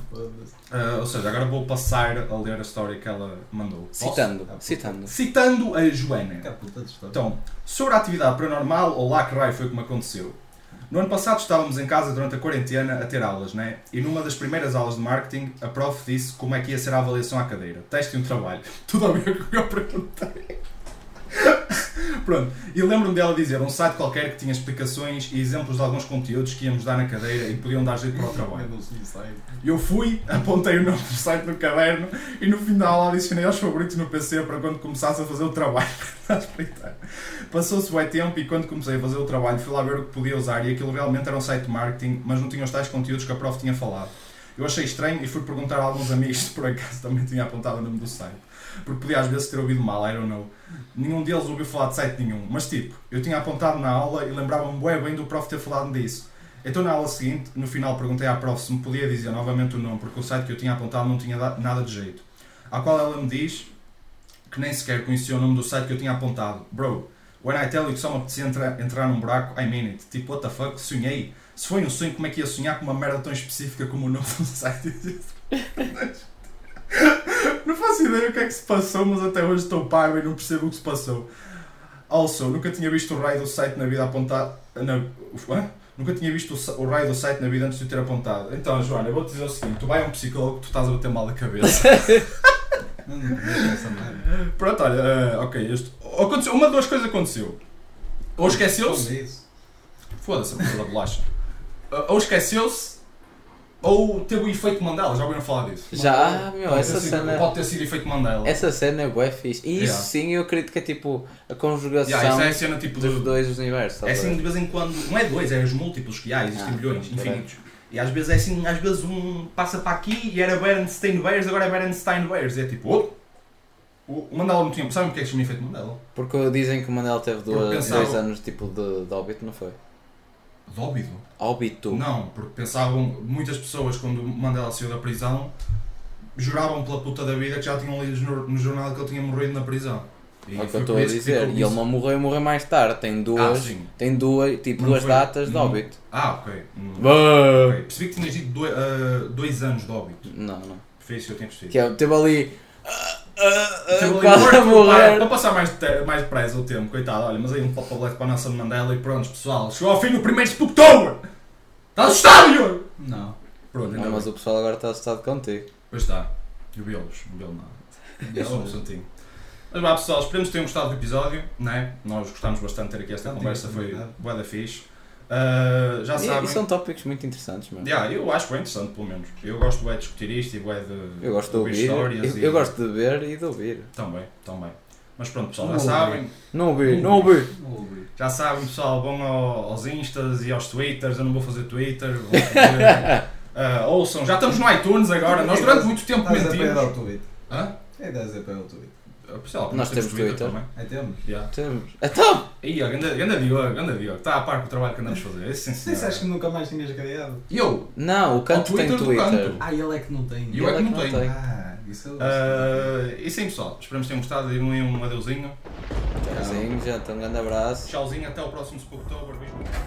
Speaker 3: Ah, ou seja, agora vou passar a ler a história que ela mandou. Posso?
Speaker 2: Citando,
Speaker 4: Ah, puta.
Speaker 2: citando.
Speaker 3: Citando a Joana.
Speaker 4: Que a puta de história.
Speaker 3: Então, sobre a atividade paranormal, ou lá que raio foi como aconteceu. No ano passado estávamos em casa durante a quarentena a ter aulas, né? E numa das primeiras aulas de marketing, a prof disse como é que ia ser a avaliação à cadeira. Teste e um trabalho. Tudo a ver com o que eu perguntei. Pronto. E lembro-me dela dizer um site qualquer que tinha explicações e exemplos de alguns conteúdos que íamos dar na cadeira e podiam dar jeito para o trabalho.
Speaker 4: Eu não sei, sai.
Speaker 3: Eu fui, apontei o nome do site no caderno e no fim da aula adicionei aos favoritos no PC para quando começasse a fazer o trabalho para espreitar. Passou-se bem tempo e quando comecei a fazer o trabalho fui lá ver o que podia usar e aquilo realmente era um site de marketing, mas não tinha os tais conteúdos que a prof tinha falado. Eu achei estranho e fui perguntar a alguns amigos se por acaso também tinha apontado o nome do site. Porque podia às vezes ter ouvido mal, I don't know. Nenhum deles ouviu falar de site nenhum. Mas tipo, eu tinha apontado na aula e lembrava-me bué bem do prof ter falado disso. Então na aula seguinte, no final perguntei à prof se me podia dizer novamente o nome, porque o site que eu tinha apontado não tinha da- nada de jeito. À qual ela me diz que nem sequer conhecia o nome do site que eu tinha apontado. Bro, when I tell you que só me apetecia entra, entrar num buraco, I mean it. Tipo, what the fuck, sonhei. Se foi um sonho, como é que ia sonhar com uma merda tão específica como o nome do site? não faço ideia o que é que se passou, mas até hoje estou pago e não percebo o que se passou. Also, nunca tinha visto o raio do site na vida apontado. Na, uf, hã? Nunca tinha visto o, sa- o raio do site na vida antes de o ter apontado. Então, Joana, eu vou-te dizer o seguinte: tu vai a um psicólogo, tu estás a bater mal da cabeça.
Speaker 4: Não, não conheço essa merda.
Speaker 3: Pronto, olha, eh, ok, este. Aconteceu, uma de duas coisas aconteceu. Ou esqueceu-se.
Speaker 4: Como é isso?
Speaker 3: Foda-se, a porra da bolacha. Eh, Ou esqueceu-se, ou teve o efeito Mandela, já ouviram falar disso?
Speaker 2: Já, ah, meu,
Speaker 3: Pode
Speaker 2: essa
Speaker 3: ter sido-
Speaker 2: cena.
Speaker 3: Pode ter sido efeito Mandela.
Speaker 2: Essa cena é bué fixe. E isso
Speaker 3: Yeah.
Speaker 2: sim eu acredito que é tipo a
Speaker 3: Yeah,
Speaker 2: conjugação
Speaker 3: isso é a cena tipo.
Speaker 2: dos
Speaker 3: de-
Speaker 2: dois universos. tá estás a
Speaker 3: É assim
Speaker 2: ver?
Speaker 3: de vez em quando. Não é dois, é os múltiplos que há, existem
Speaker 2: Ah,
Speaker 3: milhões,
Speaker 2: ok.
Speaker 3: infinitos. E às vezes é assim, às vezes um passa para aqui e era Berenstein Bears, agora é Berenstein Bears. E é tipo, oh, o o Mandela não tinha. Sabem porque é que se chama efeito Mandela?
Speaker 2: Porque dizem que o Mandela teve
Speaker 3: Porque
Speaker 2: duas- dois,
Speaker 3: pensava-
Speaker 2: anos tipo de, de óbito, não foi?
Speaker 3: Dóbido.
Speaker 2: Óbito.
Speaker 3: Não, porque pensavam, muitas pessoas quando o Mandela saiu da prisão juravam pela puta da vida que já tinham lido no, no jornal que ele tinha morrido na prisão. E
Speaker 2: É o que eu
Speaker 3: foi
Speaker 2: estou
Speaker 3: por
Speaker 2: a
Speaker 3: isso que
Speaker 2: dizer.
Speaker 3: ficou
Speaker 2: E ele
Speaker 3: isso.
Speaker 2: não morreu, morreu mais tarde. Tem
Speaker 3: Ah,
Speaker 2: duas,
Speaker 3: sim.
Speaker 2: tem duas, tipo,
Speaker 3: Não
Speaker 2: duas
Speaker 3: foi-
Speaker 2: datas de
Speaker 3: não-
Speaker 2: óbito.
Speaker 3: Ah, ok. Hum,
Speaker 2: Bah!
Speaker 3: ok. Percebi que tinhas dito dois, ah, dois anos de óbito.
Speaker 2: Não, não.
Speaker 3: Foi isso que eu tinha percebido.
Speaker 2: Que é, teve ali. ah, ah, ah,
Speaker 3: Teve ali
Speaker 2: quase a
Speaker 3: morto, ah, tá pá, Para
Speaker 2: morrer.
Speaker 3: passar mais, te- mais depressa o tempo, coitado, olha, mas aí um pop black para a nossa Mandela e pronto, pessoal, chegou ao fim o primeiro Spooktober! Estás assustado, Júlio?
Speaker 4: Não.
Speaker 3: Pronto, ainda
Speaker 2: Não, mas
Speaker 3: bem.
Speaker 2: o pessoal agora está assustado contigo.
Speaker 3: Pois está, eu vi-los, não vi-lo nada. É só um santinho. Mas vá pessoal, esperemos que tenham gostado do episódio, né? Nós gostámos bastante de ter aqui esta
Speaker 4: Não
Speaker 3: conversa,
Speaker 4: tive
Speaker 3: foi
Speaker 4: nada.
Speaker 3: bué da fixe. Ah, já
Speaker 2: E, e
Speaker 3: sabem,
Speaker 2: são tópicos muito interessantes, mano.
Speaker 3: Yeah, eu acho bem interessante pelo menos. Eu gosto bué de discutir isto e bué de
Speaker 2: Eu gosto de ouvir.
Speaker 3: histórias
Speaker 2: Eu,
Speaker 3: e-
Speaker 2: eu gosto de ver e de ouvir.
Speaker 3: Também, também. Mas pronto pessoal, já
Speaker 4: Ouvir.
Speaker 3: sabem,
Speaker 2: Não ouvir, não ouvir.
Speaker 4: Não ouvi.
Speaker 3: Já sabem, pessoal, vão ao- aos Instas e aos Twitters. Eu não vou fazer Twitter. Vou fazer, Ah, ouçam, já estamos no iTunes agora. Nós durante muito tempo
Speaker 4: Estás a pegar
Speaker 3: mentimos.
Speaker 4: ao Twitter.
Speaker 3: Hã?
Speaker 4: É ideias a pegar ao Twitter.
Speaker 3: Ah, Pessoal,
Speaker 2: Nós temos Twitter.
Speaker 3: também.
Speaker 4: É temos.
Speaker 3: Yeah.
Speaker 2: Temos. Então!
Speaker 3: Ih, a ganda, ganda Diogo, ganda Diogo. Está a par com o trabalho que andamos a fazer. Esse sim,
Speaker 4: Disseste
Speaker 3: senhor.
Speaker 4: que nunca mais tinhas criado.
Speaker 3: Eu,
Speaker 2: Não, o canto
Speaker 3: Ao Twitter
Speaker 2: tem
Speaker 3: do
Speaker 2: Twitter.
Speaker 3: canto.
Speaker 4: Ah, ele é que não tem.
Speaker 3: E eu é que não tenho.
Speaker 4: Ah, isso eu
Speaker 3: ah, e sim, pessoal. Esperamos que tenham gostado. Deem um adeusinho.
Speaker 2: Tchauzinho, gente. Um grande abraço.
Speaker 3: Tchauzinho, até o próximo Spooktober. Beijo.